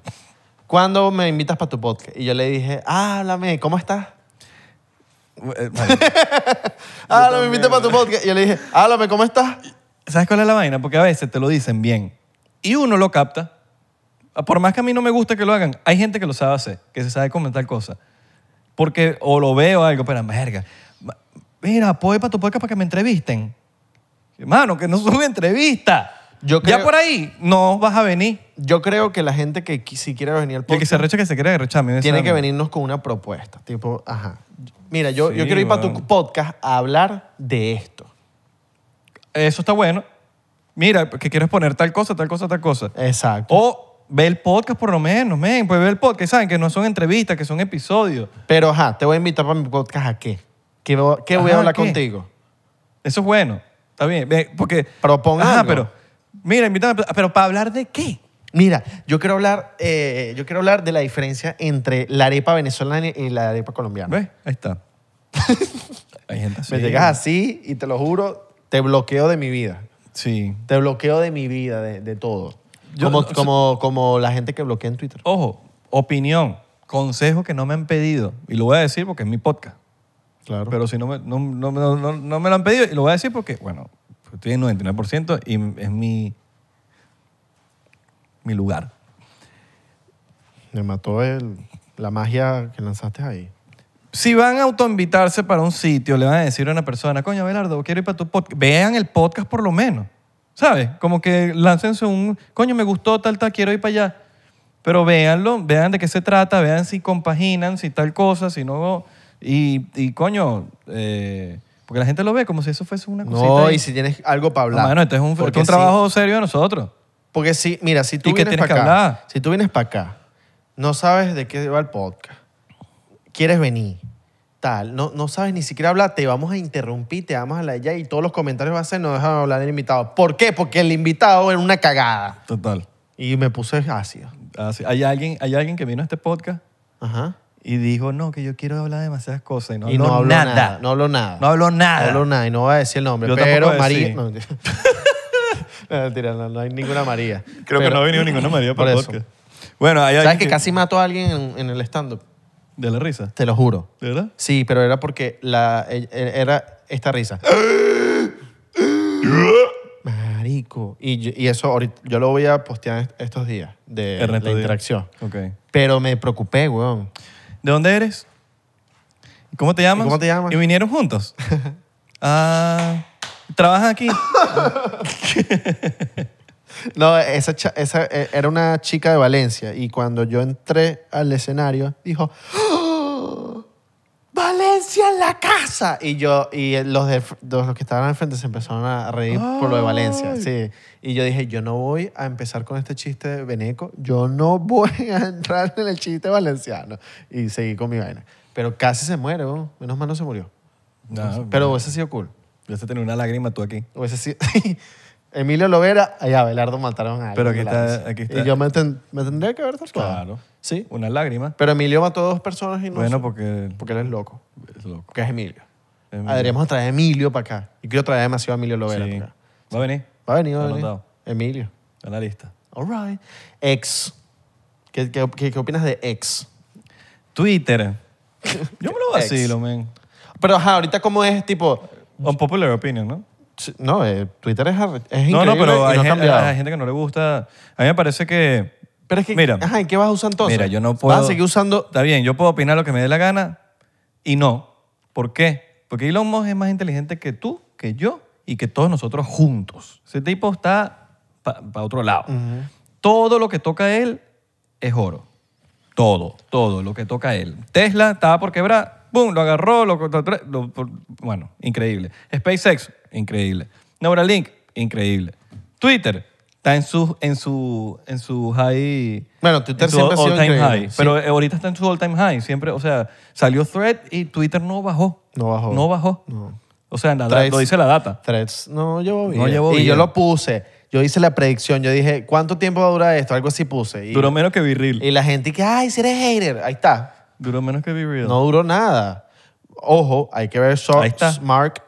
Speaker 2: ¿Cuándo me invitas para tu podcast? Y yo le dije, háblame, ¿cómo estás?
Speaker 1: Eh, marico,
Speaker 2: Ah, me invité para tu podcast. Y yo le dije, háblame, ¿cómo estás?
Speaker 1: ¿Sabes cuál es la vaina? Porque a veces te lo dicen bien. Y uno lo capta. Por más que a mí no me gusta que lo hagan, hay gente que lo sabe hacer, que se sabe comentar cosas. Porque o lo veo algo, pero verga. ma- Mira, apoya para tu podcast para que me entrevisten. Hermano, que no sube entrevista.
Speaker 2: Yo creo-
Speaker 1: Ya por ahí no vas a venir.
Speaker 2: Yo creo que la gente que qui- si quiere venir al
Speaker 1: Y el que
Speaker 2: podcast
Speaker 1: se arrecha que se quiere arrechar. a mí me
Speaker 2: tiene
Speaker 1: sabe.
Speaker 2: que venirnos con una propuesta. Tipo, ajá. Mira, yo,
Speaker 1: Sí,
Speaker 2: yo quiero ir para tu
Speaker 1: weón.
Speaker 2: podcast a hablar de esto.
Speaker 1: Eso está bueno. Mira, que quieres poner tal cosa, tal cosa, tal cosa.
Speaker 2: Exacto.
Speaker 1: O ve el podcast por lo menos, men. Pues ve el podcast. Saben que no son entrevistas, que son episodios.
Speaker 2: Pero, ajá, te voy a invitar para mi podcast a qué? ¿Qué, vo- qué voy a
Speaker 1: Ajá,
Speaker 2: hablar
Speaker 1: ¿qué?
Speaker 2: contigo?
Speaker 1: Eso es bueno. Está bien. Ve, Porque.
Speaker 2: Proponga
Speaker 1: Ajá,
Speaker 2: algo.
Speaker 1: pero. Mira, invítame. Pero ¿para hablar de qué?
Speaker 2: Mira, yo quiero hablar, eh, yo quiero hablar de la diferencia entre la arepa venezolana y la arepa colombiana.
Speaker 1: ¿Ves? Ahí está. Hay gente así.
Speaker 2: Me llegas así y te lo juro, te bloqueo de mi vida.
Speaker 1: Sí.
Speaker 2: Te bloqueo de mi vida, de, de todo.
Speaker 1: Yo-
Speaker 2: como,
Speaker 1: o sea-
Speaker 2: como, como la gente que bloquea en Twitter.
Speaker 1: Ojo, opinión, consejo que no me han pedido. Y lo voy a decir porque es mi podcast.
Speaker 2: Claro.
Speaker 1: Pero si no me, no, no- no- no- no me lo han pedido, y lo voy a decir porque, bueno, estoy en 99% y es mi, mi lugar.
Speaker 2: Me mató el, la magia que lanzaste ahí.
Speaker 1: Si van a autoinvitarse para un sitio, le van a decir a una persona, coño, Belardo, quiero ir para tu podcast. Vean el podcast por lo menos. ¿Sabes? Como que láncense un, coño, me gustó tal, tal, quiero ir para allá. Pero véanlo, vean de qué se trata, vean si compaginan, si tal cosa, si no. Y, y coño, eh, porque la gente lo ve como si eso fuese una cosita.
Speaker 2: No,
Speaker 1: ahí.
Speaker 2: y si tienes algo para hablar.
Speaker 1: No, mano, este es un, este es un
Speaker 2: Porque sí-
Speaker 1: trabajo serio de nosotros.
Speaker 2: Porque si, mira, si tú
Speaker 1: ¿Y qué
Speaker 2: vienes
Speaker 1: tienes
Speaker 2: para
Speaker 1: que
Speaker 2: acá,
Speaker 1: hablar?
Speaker 2: si tú vienes para acá, no sabes de qué va el podcast, quieres venir, tal, no, no sabes ni siquiera hablar, te vamos a interrumpir, te vamos a la ya y todos los comentarios van a ser, no dejan hablar el invitado. ¿Por qué? Porque el invitado era una cagada.
Speaker 1: Total.
Speaker 2: Y me puse ácido.
Speaker 1: hay, alguien, hay alguien que vino a este podcast
Speaker 2: Ajá.
Speaker 1: y dijo, no, que yo quiero hablar de demasiadas cosas y no,
Speaker 2: y no
Speaker 1: habló
Speaker 2: habló
Speaker 1: nada.
Speaker 2: nada. No habló nada.
Speaker 1: Ah. No habló nada.
Speaker 2: No habló nada y no va a decir el nombre.
Speaker 1: Yo tampoco
Speaker 2: pero
Speaker 1: voy a
Speaker 2: María.
Speaker 1: decir.
Speaker 2: No, no, mentira, no, no hay ninguna María.
Speaker 1: Creo que
Speaker 2: Pero-
Speaker 1: no ha venido ninguna María
Speaker 2: por
Speaker 1: para el
Speaker 2: eso.
Speaker 1: podcast. Bueno, hay
Speaker 2: ¿Sabes
Speaker 1: alguien
Speaker 2: que, casi mató a alguien en, en el stand-up?
Speaker 1: De la risa,
Speaker 2: Te lo juro.
Speaker 1: ¿de verdad?
Speaker 2: Sí, pero era porque la, e- e- era esta risa. Marico. Y, yo- y eso ahorita, yo lo voy a postear est- estos días de
Speaker 1: Ernesto
Speaker 2: la
Speaker 1: Díaz.
Speaker 2: interacción.
Speaker 1: Ok. ¿De
Speaker 2: Pero me preocupé, weón.
Speaker 1: dónde eres? ¿Cómo te llamas?
Speaker 2: ¿Y cómo te llamas?
Speaker 1: ¿Y vinieron juntos? ah, ¿Trabajas aquí?
Speaker 2: No, esa, cha- esa eh, era una chica de Valencia y cuando yo entré al escenario dijo, "¡Ah! Valencia en la casa. Y yo, y los, de, los que estaban al frente se empezaron a reír por lo de Valencia.
Speaker 1: Ay.
Speaker 2: Sí. Y yo dije, yo no voy a empezar con este chiste de Beneco, yo no voy a entrar en el chiste valenciano. Y seguí con mi vaina. Pero casi se muere, weón. menos mal no se murió.
Speaker 1: No, Pues,
Speaker 2: Pero hubiese sido cool.
Speaker 1: yo se tenía una lágrima tú aquí.
Speaker 2: Hubiese sido... Emilio Lovera y Abelardo mataron a alguien
Speaker 1: Pero aquí
Speaker 2: de la
Speaker 1: está-
Speaker 2: mesa.
Speaker 1: aquí está.
Speaker 2: Y yo me, ten- me tendría que haber tatuado.
Speaker 1: Claro.
Speaker 2: Sí.
Speaker 1: Una lágrima.
Speaker 2: Pero Emilio mató a dos personas y no
Speaker 1: bueno,
Speaker 2: sé-
Speaker 1: porque
Speaker 2: porque él es loco.
Speaker 1: es loco.
Speaker 2: Porque es Emilio.
Speaker 1: Es Emilio.
Speaker 2: Deberíamos traer a Emilio para acá. Y quiero traer demasiado a Emilio Lovera
Speaker 1: Sí.
Speaker 2: para acá.
Speaker 1: Va a venir.
Speaker 2: Va a venir, va a venir.
Speaker 1: Anotado.
Speaker 2: Emilio.
Speaker 1: En la lista.
Speaker 2: All right. Ex. ¿Qué, qué, qué- qué opinas de ex?
Speaker 1: Twitter. Yo me lo
Speaker 2: Ex.
Speaker 1: vacilo, men.
Speaker 2: Pero ajá, ahorita cómo es tipo...
Speaker 1: Unpopular opinion, ¿no?
Speaker 2: Sí, No, eh, Twitter es, arre- es
Speaker 1: No,
Speaker 2: increíble
Speaker 1: no, pero
Speaker 2: y
Speaker 1: hay,
Speaker 2: no ha
Speaker 1: gente,
Speaker 2: cambiado.
Speaker 1: hay gente que no le gusta. A mí me parece que.
Speaker 2: Pero es que,
Speaker 1: Mira.
Speaker 2: ajá, ¿y qué vas a usar entonces?
Speaker 1: Mira, yo no puedo.
Speaker 2: Vas a seguir usando...
Speaker 1: Está bien, yo puedo opinar lo que me dé la gana y no. ¿Por qué? Porque Elon Musk es más inteligente que tú, que yo y que todos nosotros juntos. Ese tipo está para otro lado. Todo lo que toca él es oro. Todo, todo lo que toca él. Tesla estaba por quebrar, ¡boom! Lo agarró, lo, lo- lo- Bueno, increíble. SpaceX, increíble. Neuralink, increíble. Twitter está en su, en su, en su high...
Speaker 2: Bueno, Twitter
Speaker 1: en su
Speaker 2: siempre ha sido
Speaker 1: all-time
Speaker 2: increíble,
Speaker 1: high.
Speaker 2: sí.
Speaker 1: Pero eh, ahorita está en su all-time high. Siempre, o sea, salió Thread y Twitter no bajó.
Speaker 2: No bajó.
Speaker 1: No bajó. O sea, la-
Speaker 2: Threads-
Speaker 1: lo dice la data.
Speaker 2: Threads no llevo bien.
Speaker 1: No llevó
Speaker 2: y
Speaker 1: vida.
Speaker 2: yo lo puse. Yo hice la predicción. Yo dije, ¿cuánto tiempo va a durar esto? Algo así puse. Y,
Speaker 1: Duró menos que Viril.
Speaker 2: y la gente que, ay, si eres hater. Ahí está.
Speaker 1: Duró menos que Viril.
Speaker 2: No duró nada. Ojo, hay que ver
Speaker 1: Ahí
Speaker 2: Sock,
Speaker 1: está.
Speaker 2: Mark,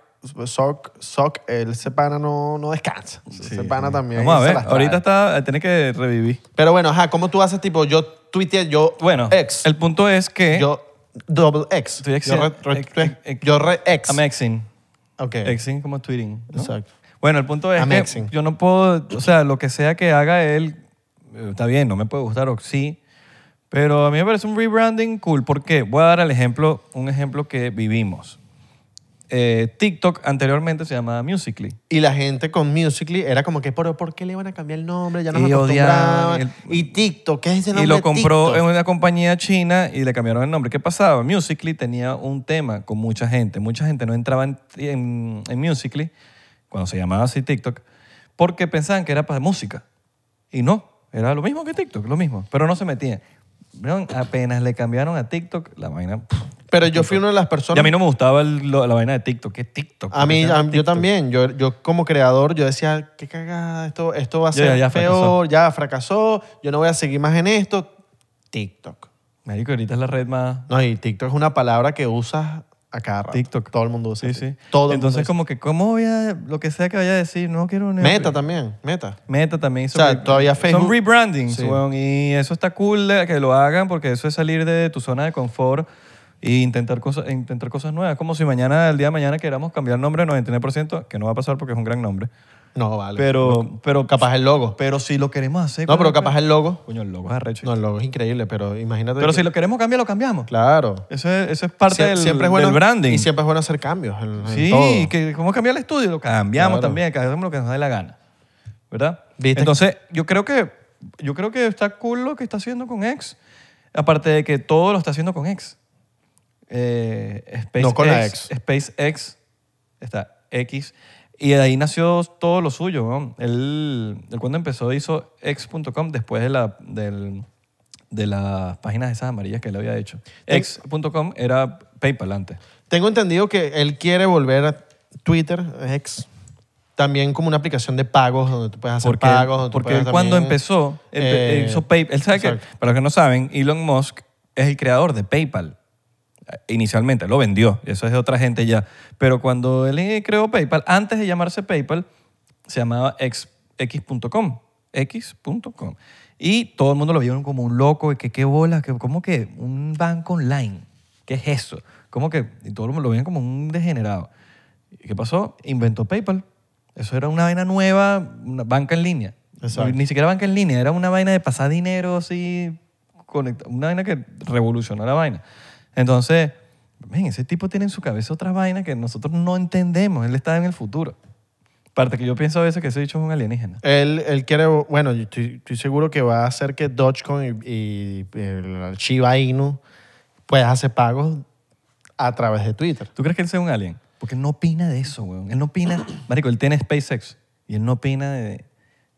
Speaker 2: Sock, Sock, él ese pana no, no descansa.
Speaker 1: Sí,
Speaker 2: ese pana
Speaker 1: sí.
Speaker 2: también.
Speaker 1: Vamos a
Speaker 2: se
Speaker 1: ver.
Speaker 2: las trae.
Speaker 1: Ahorita está, tiene que revivir.
Speaker 2: Pero bueno, ajá, ¿cómo tú haces tipo, yo tuiteé, yo
Speaker 1: Bueno,
Speaker 2: ex,
Speaker 1: el punto es que...
Speaker 2: yo double ex.
Speaker 1: Estoy
Speaker 2: yo re,
Speaker 1: exi-
Speaker 2: re-
Speaker 1: ex- ex- ex-
Speaker 2: yo re ex.
Speaker 1: I'm exing.
Speaker 2: Ok.
Speaker 1: Exing como tweeting. ¿no?
Speaker 2: Exacto.
Speaker 1: Bueno, el punto es
Speaker 2: I'm
Speaker 1: que
Speaker 2: exing.
Speaker 1: yo no puedo... O sea, lo que sea que haga él, eh, está bien, no me puede gustar o sí. Pero a mí me parece un rebranding cool. ¿Por qué? Voy a dar el ejemplo, un ejemplo que vivimos. Eh, TikTok anteriormente se llamaba Musical.ly.
Speaker 2: Y la gente con Musical.ly era como que, ¿pero por qué le van a cambiar el nombre? Ya nos
Speaker 1: Y odiaban
Speaker 2: acostumbraban.
Speaker 1: el-
Speaker 2: Y TikTok, ¿qué es ese Este nombre
Speaker 1: Y
Speaker 2: de
Speaker 1: lo compró en
Speaker 2: TikTok?
Speaker 1: una compañía china y le cambiaron el nombre. ¿Qué pasaba? Musical.ly tenía un tema con mucha gente. Mucha gente no entraba en, en, en Musical.ly, cuando se llamaba así TikTok, porque pensaban que era para música. Y no, era lo mismo que TikTok, lo mismo. Pero no se metían. Vieron, Apenas le cambiaron a TikTok, la vaina... pff.
Speaker 2: Pero yo fui una de las personas...
Speaker 1: Y a mí no me gustaba el- lo- la vaina de TikTok. ¿Qué es TikTok?
Speaker 2: a mí-
Speaker 1: ¿Qué se llama
Speaker 2: a- yo
Speaker 1: TikTok?
Speaker 2: también. Yo, yo como creador, yo decía, qué cagada, esto, esto va a
Speaker 1: Ya,
Speaker 2: ser
Speaker 1: ya fracasó.
Speaker 2: peor, ya fracasó, yo no voy a seguir más en esto. TikTok.
Speaker 1: Marico, ahorita es la red más...
Speaker 2: No, y TikTok es una palabra que usas a cada rato.
Speaker 1: TikTok.
Speaker 2: Todo el mundo usa.
Speaker 1: Sí, sí.
Speaker 2: TikTok. Todo el
Speaker 1: Entonces,
Speaker 2: mundo
Speaker 1: como que, ¿cómo voy a...? Lo que sea que vaya a decir, no quiero...
Speaker 2: usa.
Speaker 1: una-
Speaker 2: Meta también, meta.
Speaker 1: Meta también hizo.
Speaker 2: O sea,
Speaker 1: re-
Speaker 2: todavía Facebook-
Speaker 1: Son rebrandings,
Speaker 2: Sí.
Speaker 1: weón, Y eso está cool de que lo hagan porque eso es salir de tu zona de confort e intentar cosas, intentar cosas nuevas. Como si mañana, el día de mañana, queramos cambiar el nombre al 99%, que no va a pasar porque es un gran nombre.
Speaker 2: No, vale.
Speaker 1: Pero, pero,
Speaker 2: capaz el logo.
Speaker 1: pero si lo queremos hacer.
Speaker 2: No, pero
Speaker 1: coño,
Speaker 2: capaz el logo.
Speaker 1: Coño, el logo es arrecho.
Speaker 2: No, el logo es increíble, pero imagínate.
Speaker 1: pero
Speaker 2: que-
Speaker 1: si lo queremos cambiar, lo cambiamos.
Speaker 2: Claro.
Speaker 1: Eso, es, eso es parte
Speaker 2: Sie-
Speaker 1: del,
Speaker 2: siempre es bueno,
Speaker 1: del branding.
Speaker 2: Y siempre es bueno hacer cambios. En, en
Speaker 1: Sí,
Speaker 2: todo.
Speaker 1: que cómo cambiar el estudio, lo cambiamos
Speaker 2: Claro.
Speaker 1: también, que hacemos lo que nos dé la gana. ¿Verdad?
Speaker 2: ¿Viste?
Speaker 1: Entonces, yo creo que yo creo que está cool lo que está haciendo con X, aparte de que todo lo está haciendo con X. Eh, SpaceX,
Speaker 2: No con la ex.
Speaker 1: SpaceX está X y de ahí nació todo lo suyo, ¿no? Él, él cuando empezó hizo x.com después de la del- de las páginas esas amarillas que él había hecho. X.com era PayPal antes.
Speaker 2: Tengo entendido que él quiere volver a Twitter, ex, también como una aplicación de pagos donde tú puedes hacer
Speaker 1: porque,
Speaker 2: pagos. donde tú
Speaker 1: porque
Speaker 2: puedes
Speaker 1: él cuando
Speaker 2: también,
Speaker 1: empezó, él,
Speaker 2: eh,
Speaker 1: él hizo PayPal. Él sabe que,
Speaker 2: exacto.
Speaker 1: para los que no saben, Elon Musk es el creador de PayPal. Eh, Inicialmente, lo vendió, eso es de otra gente ya. Pero cuando él eh, creó PayPal, antes de llamarse PayPal, se llamaba X- X.com. X.com. Y todo el mundo lo vieron como un loco, y que qué bola, que, ¿cómo que un banco online? ¿Qué es eso? ¿Cómo que? Y todo el mundo lo veían como un degenerado. ¿Y qué pasó? Inventó PayPal. Eso era una vaina nueva, una banca en línea.
Speaker 2: Exacto.
Speaker 1: Ni siquiera banca en línea, era una vaina de pasar dinero así, conecta- una vaina que revolucionó la vaina. Entonces, ven, ese tipo tiene en su cabeza otras vainas que nosotros no entendemos. Él está en el futuro. Parte que yo pienso a veces que ese dicho es un alienígena.
Speaker 2: Él, él quiere, bueno, yo estoy, estoy seguro que va a hacer que Dogecoin y, y el Shiba Inu puedas hacer pagos a través de Twitter.
Speaker 1: ¿Tú crees que él sea un alien? Porque él no opina de eso, weón. Él no opina. Marico, él tiene SpaceX y él no opina de,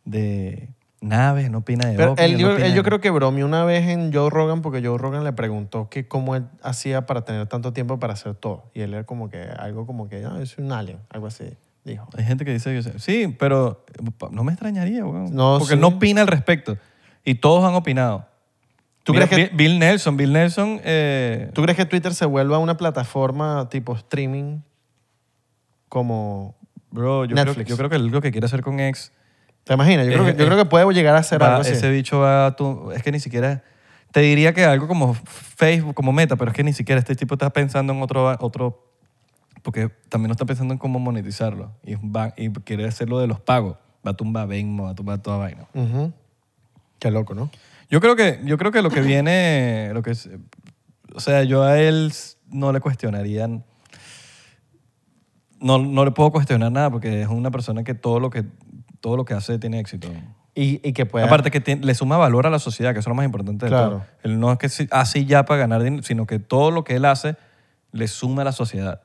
Speaker 1: de naves, no opina de.
Speaker 2: Pero
Speaker 1: ovnis,
Speaker 2: él,
Speaker 1: él no
Speaker 2: yo,
Speaker 1: opina
Speaker 2: él
Speaker 1: de
Speaker 2: yo
Speaker 1: nada.
Speaker 2: creo que bromeó una vez en Joe Rogan porque Joe Rogan le preguntó que cómo él hacía para tener tanto tiempo para hacer todo. Y él era como que algo como que, no, es un "Ah, alien, algo así. Dijo.
Speaker 1: Hay gente que dice, que- sí, pero no me extrañaría, weón.
Speaker 2: No,
Speaker 1: porque
Speaker 2: sí.
Speaker 1: él no opina al respecto. Y todos han opinado.
Speaker 2: ¿Tú
Speaker 1: Mira,
Speaker 2: crees que-
Speaker 1: Bi- Bill Nelson, Bill Nelson... eh,
Speaker 2: ¿Tú crees que Twitter se vuelva una plataforma tipo streaming como...
Speaker 1: bro, yo creo,
Speaker 2: Netflix.
Speaker 1: yo creo que él lo que quiere hacer con X...
Speaker 2: ¿Te imaginas? Yo, creo,
Speaker 1: Eh,
Speaker 2: que, yo
Speaker 1: eh,
Speaker 2: creo que puede llegar a ser
Speaker 1: va-
Speaker 2: algo así.
Speaker 1: ese bicho va a... tu- es que ni siquiera... Te diría que algo como Facebook, como meta, pero es que ni siquiera este tipo está pensando en otro... otro porque también no está pensando en cómo monetizarlo. Y, va- y quiere hacerlo de los pagos. Va a tumbar Venmo, va a tumbar toda vaina.
Speaker 2: Ujú. Qué loco, ¿no?
Speaker 1: Yo creo que, yo creo que lo que viene, lo que es- o sea, yo a él s- no le cuestionaría, no, no le puedo cuestionar nada porque es una persona que todo lo que, todo lo que hace tiene éxito.
Speaker 2: Y, y que pueda...
Speaker 1: Aparte que tiene- le suma valor a la sociedad, que eso es lo más importante de
Speaker 2: Pues, Claro.
Speaker 1: todo. Él no es que sí- así ya para ganar dinero, sino que todo lo que él hace le suma a la sociedad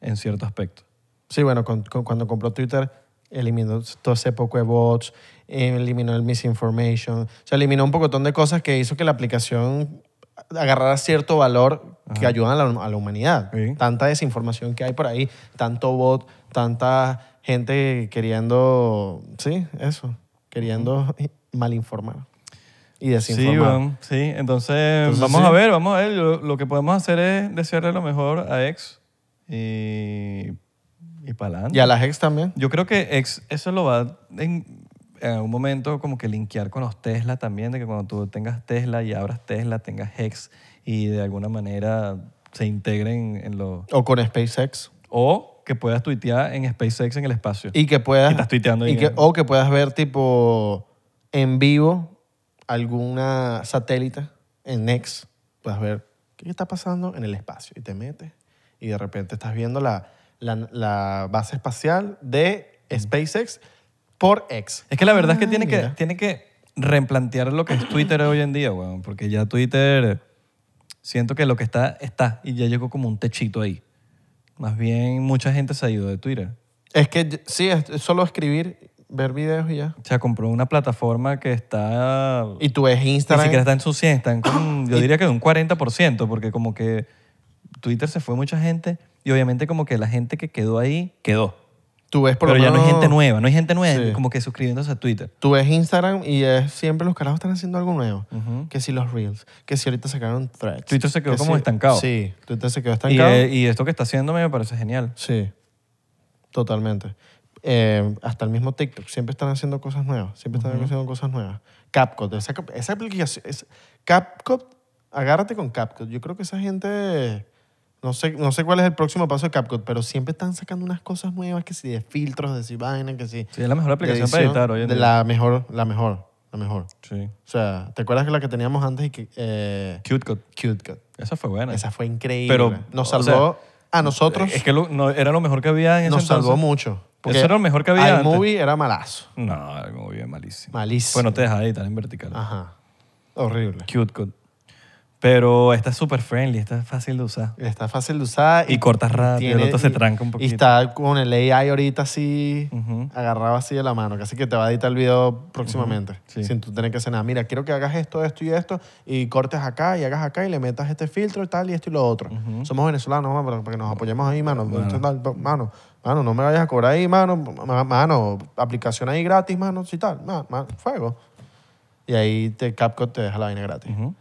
Speaker 1: en cierto aspecto.
Speaker 2: Sí, bueno, con- con- cuando compró Twitter, eliminó todo ese poco de bots, eh, eliminó el misinformation, o sea, eliminó un pocotón de cosas que hizo que la aplicación agarrara cierto valor que ayudan a la, a la humanidad.
Speaker 1: Sí.
Speaker 2: Tanta desinformación que hay por ahí, tanto bot, tanta gente queriendo, sí, eso, queriendo malinformar y
Speaker 1: Sí,
Speaker 2: desinformar.
Speaker 1: weón, sí. Entonces,
Speaker 2: Entonces,
Speaker 1: vamos
Speaker 2: sí.
Speaker 1: a ver, vamos a ver. Lo, lo que podemos hacer es desearle lo mejor a ex y, y para
Speaker 2: Y a las ex también.
Speaker 1: Yo creo que ex eso lo va en, en algún momento como que linkear con los Tesla también, de que cuando tú tengas Tesla y abras Tesla, tengas Hex y de alguna manera se integren en los...
Speaker 2: O con SpaceX.
Speaker 1: O que puedas tuitear en SpaceX en el espacio.
Speaker 2: Y que puedas.
Speaker 1: Y estás tuiteando
Speaker 2: y
Speaker 1: ahí.
Speaker 2: que- O que puedas ver, tipo, en vivo alguna satélite en Next. Puedas ver qué está pasando en el espacio. Y te metes. Y de repente estás viendo la, la- la base espacial de SpaceX por X.
Speaker 1: Es que la verdad es que tiene, que
Speaker 2: Ah, mira.
Speaker 1: tiene que replantear lo que es Twitter hoy en día, weón. Porque ya Twitter, siento que lo que está, está. Y ya llegó como un techito ahí. Más bien, mucha gente se ha ido de Twitter.
Speaker 2: Es que yo- sí, es es solo escribir, ver videos y ya.
Speaker 1: O sea, compró una plataforma que está...
Speaker 2: Y tú ves
Speaker 1: ni
Speaker 2: Instagram.
Speaker 1: siquiera está en su 100, están con, yo diría que de un 40%, porque como que Twitter se fue mucha gente y obviamente como que la gente que quedó ahí, quedó.
Speaker 2: Tú ves por lo
Speaker 1: Pero ya no hay
Speaker 2: menos-
Speaker 1: gente nueva, no hay gente nueva,
Speaker 2: Sí.
Speaker 1: como que suscribiéndose a Twitter.
Speaker 2: Tú ves Instagram y es siempre los carajos están haciendo algo nuevo.
Speaker 1: Ujú.
Speaker 2: Que si los Reels, que si ahorita sacaron Threads.
Speaker 1: Twitter se quedó
Speaker 2: que
Speaker 1: como
Speaker 2: si-
Speaker 1: estancado.
Speaker 2: Sí, Twitter se quedó
Speaker 1: Y,
Speaker 2: estancado.
Speaker 1: eh, y esto que está haciendo me parece genial.
Speaker 2: sí, totalmente. Eh, hasta el mismo TikTok, siempre están haciendo cosas nuevas. Siempre están haciendo cosas nuevas. CapCut, esa, cap- esa aplicación. es- CapCut, agárrate con CapCut. Yo creo que esa gente. No sé, no sé cuál es el próximo paso de CapCut, pero siempre están sacando unas cosas nuevas, que si de filtros, de si vaina, que si...
Speaker 1: Sí, es la mejor aplicación
Speaker 2: de
Speaker 1: para
Speaker 2: edición,
Speaker 1: editar hoy en
Speaker 2: de
Speaker 1: día.
Speaker 2: La mejor, la mejor, la mejor.
Speaker 1: Sí.
Speaker 2: O sea, ¿te acuerdas que la que teníamos antes y que eh,
Speaker 1: CuteCut.
Speaker 2: CuteCut?
Speaker 1: Esa fue buena.
Speaker 2: Esa fue increíble.
Speaker 1: Pero,
Speaker 2: nos
Speaker 1: o
Speaker 2: salvó a nosotros,
Speaker 1: Es que lo- no, era lo mejor que había en ese
Speaker 2: nos salvó
Speaker 1: entonces.
Speaker 2: mucho. porque
Speaker 1: Eso era lo mejor que había antes.
Speaker 2: iMovie era malazo,
Speaker 1: No, el movie es malísimo.
Speaker 2: malísimo. Ah.
Speaker 1: Bueno, te dejaba editar en vertical.
Speaker 2: Ajá, horrible.
Speaker 1: CuteCut. Pero esta es súper friendly, esta es fácil de usar.
Speaker 2: Está fácil de usar.
Speaker 1: Y cortas rápido, el otro se
Speaker 2: y-
Speaker 1: tranca un poquito.
Speaker 2: Y está con el AI ahorita así,
Speaker 1: Ujú.
Speaker 2: agarrado así de la mano, casi que te va a editar el video próximamente,
Speaker 1: sí.
Speaker 2: sin tú tener que hacer nada. Mira, quiero que hagas esto, esto y esto, y cortes acá y hagas acá y le metas este filtro y tal y esto y lo otro. Somos venezolanos, mano, para, para que nos apoyemos ahí, mano. Esto tal, pa- Mano, mano, no me vayas a cobrar ahí, mano. Ma- Mano, aplicación ahí gratis, mano, sí tal. Ma- ma- fuego. Y ahí te CapCut te deja la vaina gratis.
Speaker 1: Ujú.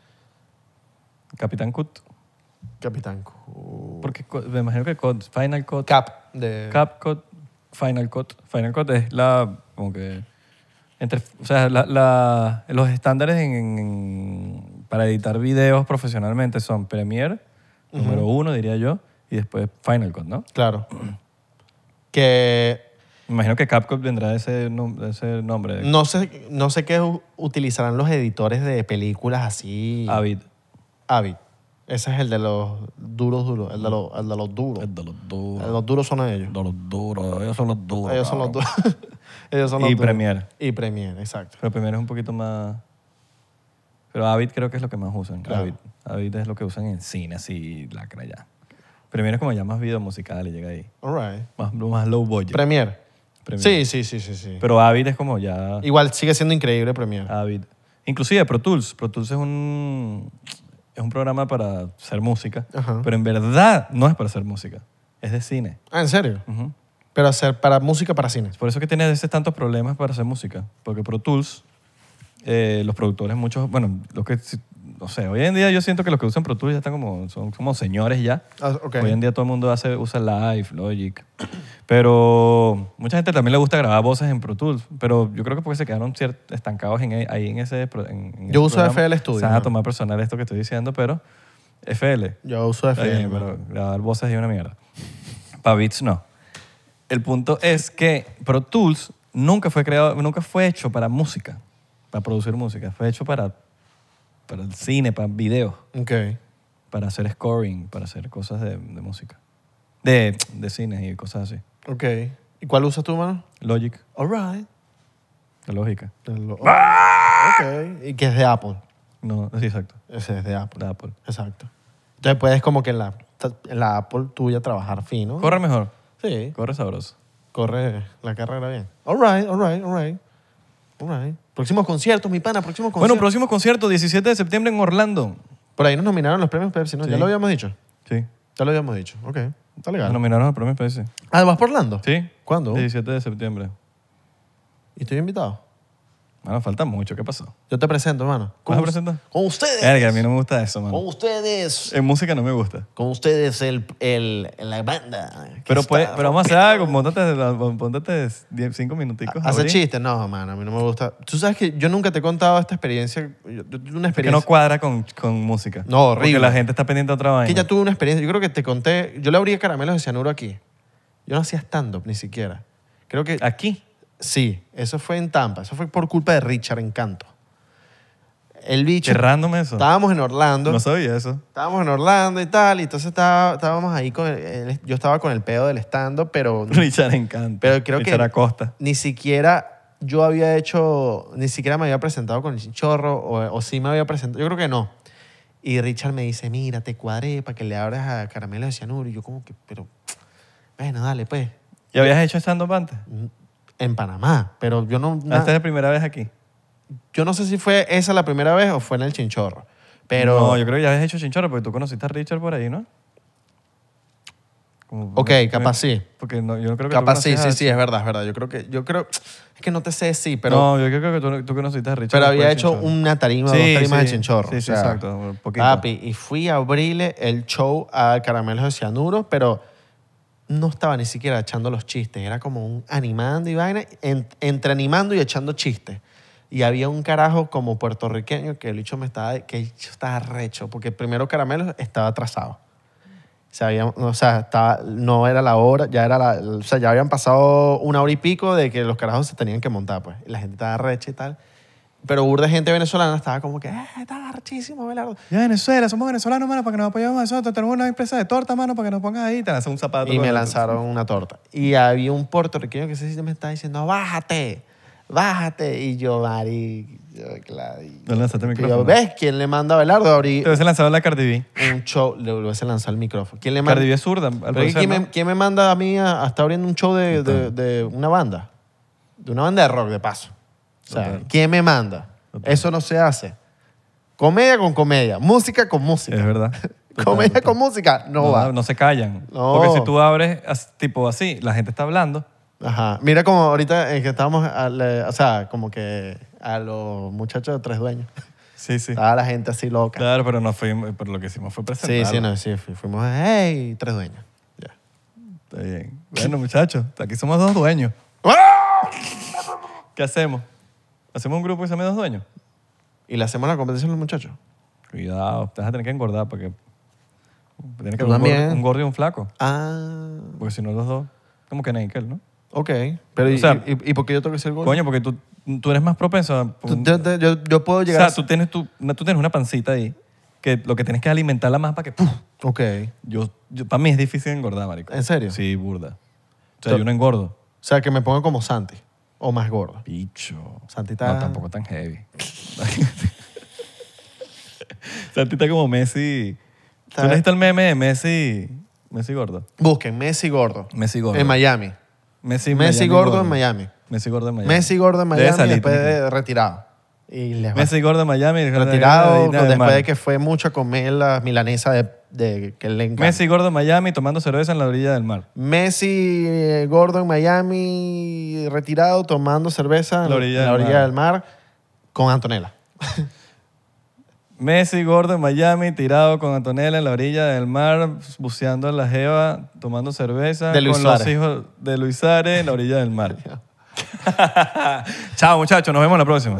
Speaker 1: Capitán Cut.
Speaker 2: Capitán. Cu-
Speaker 1: Porque Cut- me imagino que Cut, Final Cut,
Speaker 2: Cap. De...
Speaker 1: Cap Cut, Final Cut. Final Cut es la. como que. Entre, o sea, la- la- los estándares en- en- para editar videos profesionalmente son Premiere, número uno, diría yo, y después Final Cut, ¿no?
Speaker 2: Claro. que
Speaker 1: Me imagino que CapCut vendrá de ese, nom- de ese nombre,
Speaker 2: no sé, no sé qué u- utilizarán los editores de películas así.
Speaker 1: Avid.
Speaker 2: Avid. Ese es el de los duros, duros. El de los, el de los duros.
Speaker 1: Es de los duros.
Speaker 2: El de los duros son ellos.
Speaker 1: De los duros. Ellos son los duros.
Speaker 2: Ellos son los duros. ellos son los
Speaker 1: Y
Speaker 2: duros.
Speaker 1: Premiere.
Speaker 2: Y Premiere, exacto.
Speaker 1: Pero primero es un poquito más. Pero Avid creo que es lo que más usan.
Speaker 2: Claro.
Speaker 1: Avid. Avid es lo que usan en cine, así, lacra ya. Primero es como ya más video musical y llega ahí.
Speaker 2: All right.
Speaker 1: Más, más low budget.
Speaker 2: Premiere.
Speaker 1: Premiere. Ah.
Speaker 2: Sí, sí, sí, sí, sí.
Speaker 1: Pero Avid es como ya.
Speaker 2: Igual sigue siendo increíble Premiere.
Speaker 1: Avid. Inclusive Pro Tools. Pro Tools es un. Es un programa para hacer música.
Speaker 2: Ajá.
Speaker 1: Pero en verdad no es para hacer música. Es de cine.
Speaker 2: Ah, ¿en serio?
Speaker 1: Ujú.
Speaker 2: Pero hacer para música, para cine.
Speaker 1: Es por eso que tiene a veces tantos problemas para hacer música. Porque Pro Tools, eh, los productores, muchos, bueno, los que, si- no sé, hoy en día yo siento que los que usan Pro Tools ya están como, son como señores ya.
Speaker 2: Ah, ok.
Speaker 1: Hoy en día todo el mundo hace, usa Live, Logic. Pero mucha gente también le gusta grabar voces en Pro Tools. Pero yo creo que porque se quedaron cier- estancados en, e- ahí en ese. pro- en- en
Speaker 2: Yo
Speaker 1: ese
Speaker 2: uso FL Studio,
Speaker 1: Se van a
Speaker 2: ¿no?
Speaker 1: tomar personal esto que estoy diciendo, pero FL.
Speaker 2: Yo uso
Speaker 1: Está
Speaker 2: FM.
Speaker 1: bien, pero grabar voces es una mierda. Para beats no. El punto es que Pro Tools nunca fue creado, nunca fue hecho para música, para producir música. Fue hecho para, para el cine, para videos,
Speaker 2: Ok.
Speaker 1: para hacer scoring, para hacer cosas de, de música. De, de cine y cosas así.
Speaker 2: Ok. ¿Y cuál usas tú, mano?
Speaker 1: Logic,
Speaker 2: All right.
Speaker 1: la lógica.
Speaker 2: Lo-
Speaker 1: ¡Ah!
Speaker 2: Ok. Y que es de Apple.
Speaker 1: No, sí, exacto.
Speaker 2: Ese es de Apple.
Speaker 1: De Apple.
Speaker 2: Exacto. Entonces puedes como que en la, en la Apple tuya trabajar fino.
Speaker 1: Corre mejor,
Speaker 2: Sí.
Speaker 1: corre sabroso.
Speaker 2: Corre la carrera bien. All right, all right, all right. All right. Próximos conciertos, mi pana, próximos
Speaker 1: Bueno,
Speaker 2: conciertos.
Speaker 1: próximo concierto, 17 de septiembre en Orlando.
Speaker 2: Por ahí nos nominaron los premios Pepsi, ¿no?
Speaker 1: Sí.
Speaker 2: Ya lo habíamos dicho.
Speaker 1: Sí.
Speaker 2: Ya lo habíamos dicho. Ok. Está
Speaker 1: Nos
Speaker 2: legal.
Speaker 1: Nominaron al premio Países.
Speaker 2: Además, por Orlando.
Speaker 1: Sí.
Speaker 2: ¿Cuándo?
Speaker 1: 17 de septiembre.
Speaker 2: Y estoy invitado.
Speaker 1: Bueno, Ah, falta mucho. ¿Qué pasó?
Speaker 2: Yo te presento, hermano.
Speaker 1: ¿Vas
Speaker 2: Con-
Speaker 1: a presentar?
Speaker 2: Con ustedes.
Speaker 1: Verga, a mí no me gusta eso,
Speaker 2: Con
Speaker 1: mano.
Speaker 2: ustedes.
Speaker 1: En música no me gusta.
Speaker 2: Con ustedes el, el, la banda. que
Speaker 1: Pero,
Speaker 2: está
Speaker 1: puede- pero vamos a hacer algo. Póntate, la- póntate diez- cinco minuticos.
Speaker 2: Hace
Speaker 1: abrir,
Speaker 2: chistes, no, mano, a mí no me gusta. Tú sabes que yo nunca te he contado esta experiencia. Yo, yo tuve una
Speaker 1: Que no
Speaker 2: experiencia.
Speaker 1: cuadra con, con música.
Speaker 2: No, horrible.
Speaker 1: Porque la gente está pendiente de otra vaina.
Speaker 2: que ya tuve una experiencia. Yo creo que te conté. Yo le abría caramelos de cianuro aquí. Yo no hacía stand-up ni siquiera. Creo que.
Speaker 1: Aquí.
Speaker 2: Sí, eso fue en Tampa. Eso fue por culpa de Richard Encanto. El bicho.
Speaker 1: Qué random eso.
Speaker 2: Estábamos en Orlando.
Speaker 1: No sabía eso.
Speaker 2: Estábamos en Orlando y tal. Y entonces estaba- estábamos ahí con. el- el- yo estaba con el pedo del stand-up, pero.
Speaker 1: Richard encanta.
Speaker 2: Mm. Pero creo que-
Speaker 1: Richard Acosta.
Speaker 2: ni siquiera yo había hecho, ni siquiera me había presentado con el chinchorro o, o sí me había presentado, yo creo que no. Y Richard me dice, mira, te cuadré para que le abras a Caramelo de Cianuro. Y yo como que, pero, bueno, dale, pues, mm,
Speaker 1: ¿Y habías hecho stand-up antes?
Speaker 2: en Panamá. Pero yo no,
Speaker 1: Ah, Esta es la primera vez aquí.
Speaker 2: yo no sé si fue esa la primera vez o fue en el chinchorro. Pero,
Speaker 1: No, yo creo que ya habías hecho chinchorro porque tú conociste a Richard por ahí, ¿no? Como-
Speaker 2: ok, capaz sí.
Speaker 1: Porque no- yo no creo que tú
Speaker 2: Capaz sí, sí,
Speaker 1: conocías a-
Speaker 2: sí, es verdad, es verdad. Yo creo que, yo creo, es que no te sé si, pero,
Speaker 1: no, yo creo que tú, tú conociste a Richard.
Speaker 2: pero
Speaker 1: después
Speaker 2: había
Speaker 1: de
Speaker 2: hecho
Speaker 1: Chinchorro.
Speaker 2: una tarima, dos tarimas de chinchorro.
Speaker 1: Sí, sí,
Speaker 2: o sea,
Speaker 1: exacto. un poquito.
Speaker 2: Papi, y fui a abrirle el show a Caramelos de Cianuro, pero no estaba ni siquiera echando los chistes. Era como un animando y vaina, en- entre animando y echando chistes. Y había un carajo como puertorriqueño que el bicho me estaba, que el bicho estaba recho, porque primero Caramelos estaba atrasado. Se había- o sea, estaba- no era la hora, ya era la- o sea, ya habían pasado una hora y pico de que los carajos se tenían que montar, pues. Y la gente estaba recha y tal. Pero burda de gente venezolana estaba como que, "Ah, estaba rechísimo, Belardo.
Speaker 1: Ya Venezuela, somos venezolanos, mano, para que nos apoyemos a nosotros. Tenemos una empresa de torta, mano, para que nos pongas ahí. Te lanzan un zapato.
Speaker 2: Y
Speaker 1: con
Speaker 2: me
Speaker 1: el-
Speaker 2: lanzaron una torta. Y había un puertorriqueño que sí me estaba diciendo, bájate, bájate. Y yo, Mari, yo, claro. y-
Speaker 1: No lanzaste el
Speaker 2: y yo,
Speaker 1: micrófono.
Speaker 2: ¿ves quién le manda a Belardo a
Speaker 1: Te
Speaker 2: abrir
Speaker 1: hubiese lanzado la Cardi B.
Speaker 2: un show? Le hubiese lanzado el micrófono. ¿Quién le manda?
Speaker 1: Cardi B es zurda, al
Speaker 2: Pero ¿y
Speaker 1: parecer,
Speaker 2: ¿quién,
Speaker 1: ¿no?
Speaker 2: me, quién me manda a mí a, a estar abriendo un show de, de- de una banda? De una banda de rock, de paso. O sea,
Speaker 1: Total.
Speaker 2: ¿quién me manda?
Speaker 1: Total.
Speaker 2: Eso no se hace. Comedia con comedia, música con música.
Speaker 1: Es verdad.
Speaker 2: comedia con música no,
Speaker 1: Eh, No,
Speaker 2: va.
Speaker 1: no se callan.
Speaker 2: No.
Speaker 1: Porque si tú abres as- tipo así, la gente está hablando.
Speaker 2: Ajá. Mira como ahorita eh, que estábamos, al, eh, o sea, como que a los muchachos de tres dueños.
Speaker 1: Sí, sí.
Speaker 2: Estaba la gente así loca.
Speaker 1: Claro, pero no fuimos, pero lo que hicimos fue
Speaker 2: sí,
Speaker 1: presentarlo.
Speaker 2: sí, no, sí. fu- Fuimos, hey, tres dueños. Ya.
Speaker 1: Está bien. Bueno, muchachos, aquí somos dos dueños.
Speaker 2: ¡Ah!
Speaker 1: ¿Qué hacemos? ¿Hacemos un grupo y se llama dos dueños?
Speaker 2: Y le hacemos la competencia a los muchachos.
Speaker 1: Cuidado, te vas a tener que engordar porque tienes que
Speaker 2: Tú
Speaker 1: haber un
Speaker 2: también.
Speaker 1: gordo, un gordo y un flaco.
Speaker 2: Ah,
Speaker 1: Porque si no, los dos, como que naked, ¿no?
Speaker 2: ok. Pero,
Speaker 1: O
Speaker 2: ¿y,
Speaker 1: sea,
Speaker 2: y, y por qué yo tengo que ser gordo?
Speaker 1: Coño, porque tú, tú eres más propenso a...
Speaker 2: Tú- yo, te- yo- yo puedo
Speaker 1: o
Speaker 2: llegar
Speaker 1: sea, tú tienes, tu, una- tú tienes una pancita ahí que lo que tienes que es alimentarla más para que... ¡puf!
Speaker 2: a... Ok. O
Speaker 1: Yo, yo, para mí es difícil engordar, marico.
Speaker 2: ¿En serio?
Speaker 1: Sí, burda. O sea,
Speaker 2: Tú-
Speaker 1: yo no engordo.
Speaker 2: sea, que me ponga como Santi. O más gordo.
Speaker 1: Bicho.
Speaker 2: Santita-
Speaker 1: No, tampoco tan heavy. Santita como Messi. ¿Tú
Speaker 2: ¿Sabes?
Speaker 1: necesitas el meme de Messi, Messi gordo?
Speaker 2: Busquen Messi gordo.
Speaker 1: Messi gordo.
Speaker 2: En Miami.
Speaker 1: Messi,
Speaker 2: Messi
Speaker 1: Miami
Speaker 2: gordo en Miami.
Speaker 1: Messi gordo en Miami.
Speaker 2: Messi gordo en
Speaker 1: Debe
Speaker 2: Miami
Speaker 1: salir,
Speaker 2: después
Speaker 1: Nicky.
Speaker 2: de retirado. Y les va
Speaker 1: Messi gordo en Miami.
Speaker 2: retirado
Speaker 1: Nada,
Speaker 2: después
Speaker 1: hermano.
Speaker 2: de que fue mucho a comer la milanesa de de que le encanta.
Speaker 1: Messi gordo en Miami tomando cerveza en la orilla del mar.
Speaker 2: Messi, eh, gordo en Miami, retirado, tomando cerveza en
Speaker 1: La orilla
Speaker 2: en la
Speaker 1: del
Speaker 2: orilla
Speaker 1: mar.
Speaker 2: del mar con Antonella.
Speaker 1: Messi gordo en Miami tirado con Antonella en la orilla del mar buceando a la jeva tomando cerveza
Speaker 2: De Luis
Speaker 1: con los
Speaker 2: Suárez.
Speaker 1: hijos de Luis Suárez en la orilla del mar. Chao muchachos, nos vemos la próxima.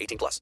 Speaker 3: 18 plus.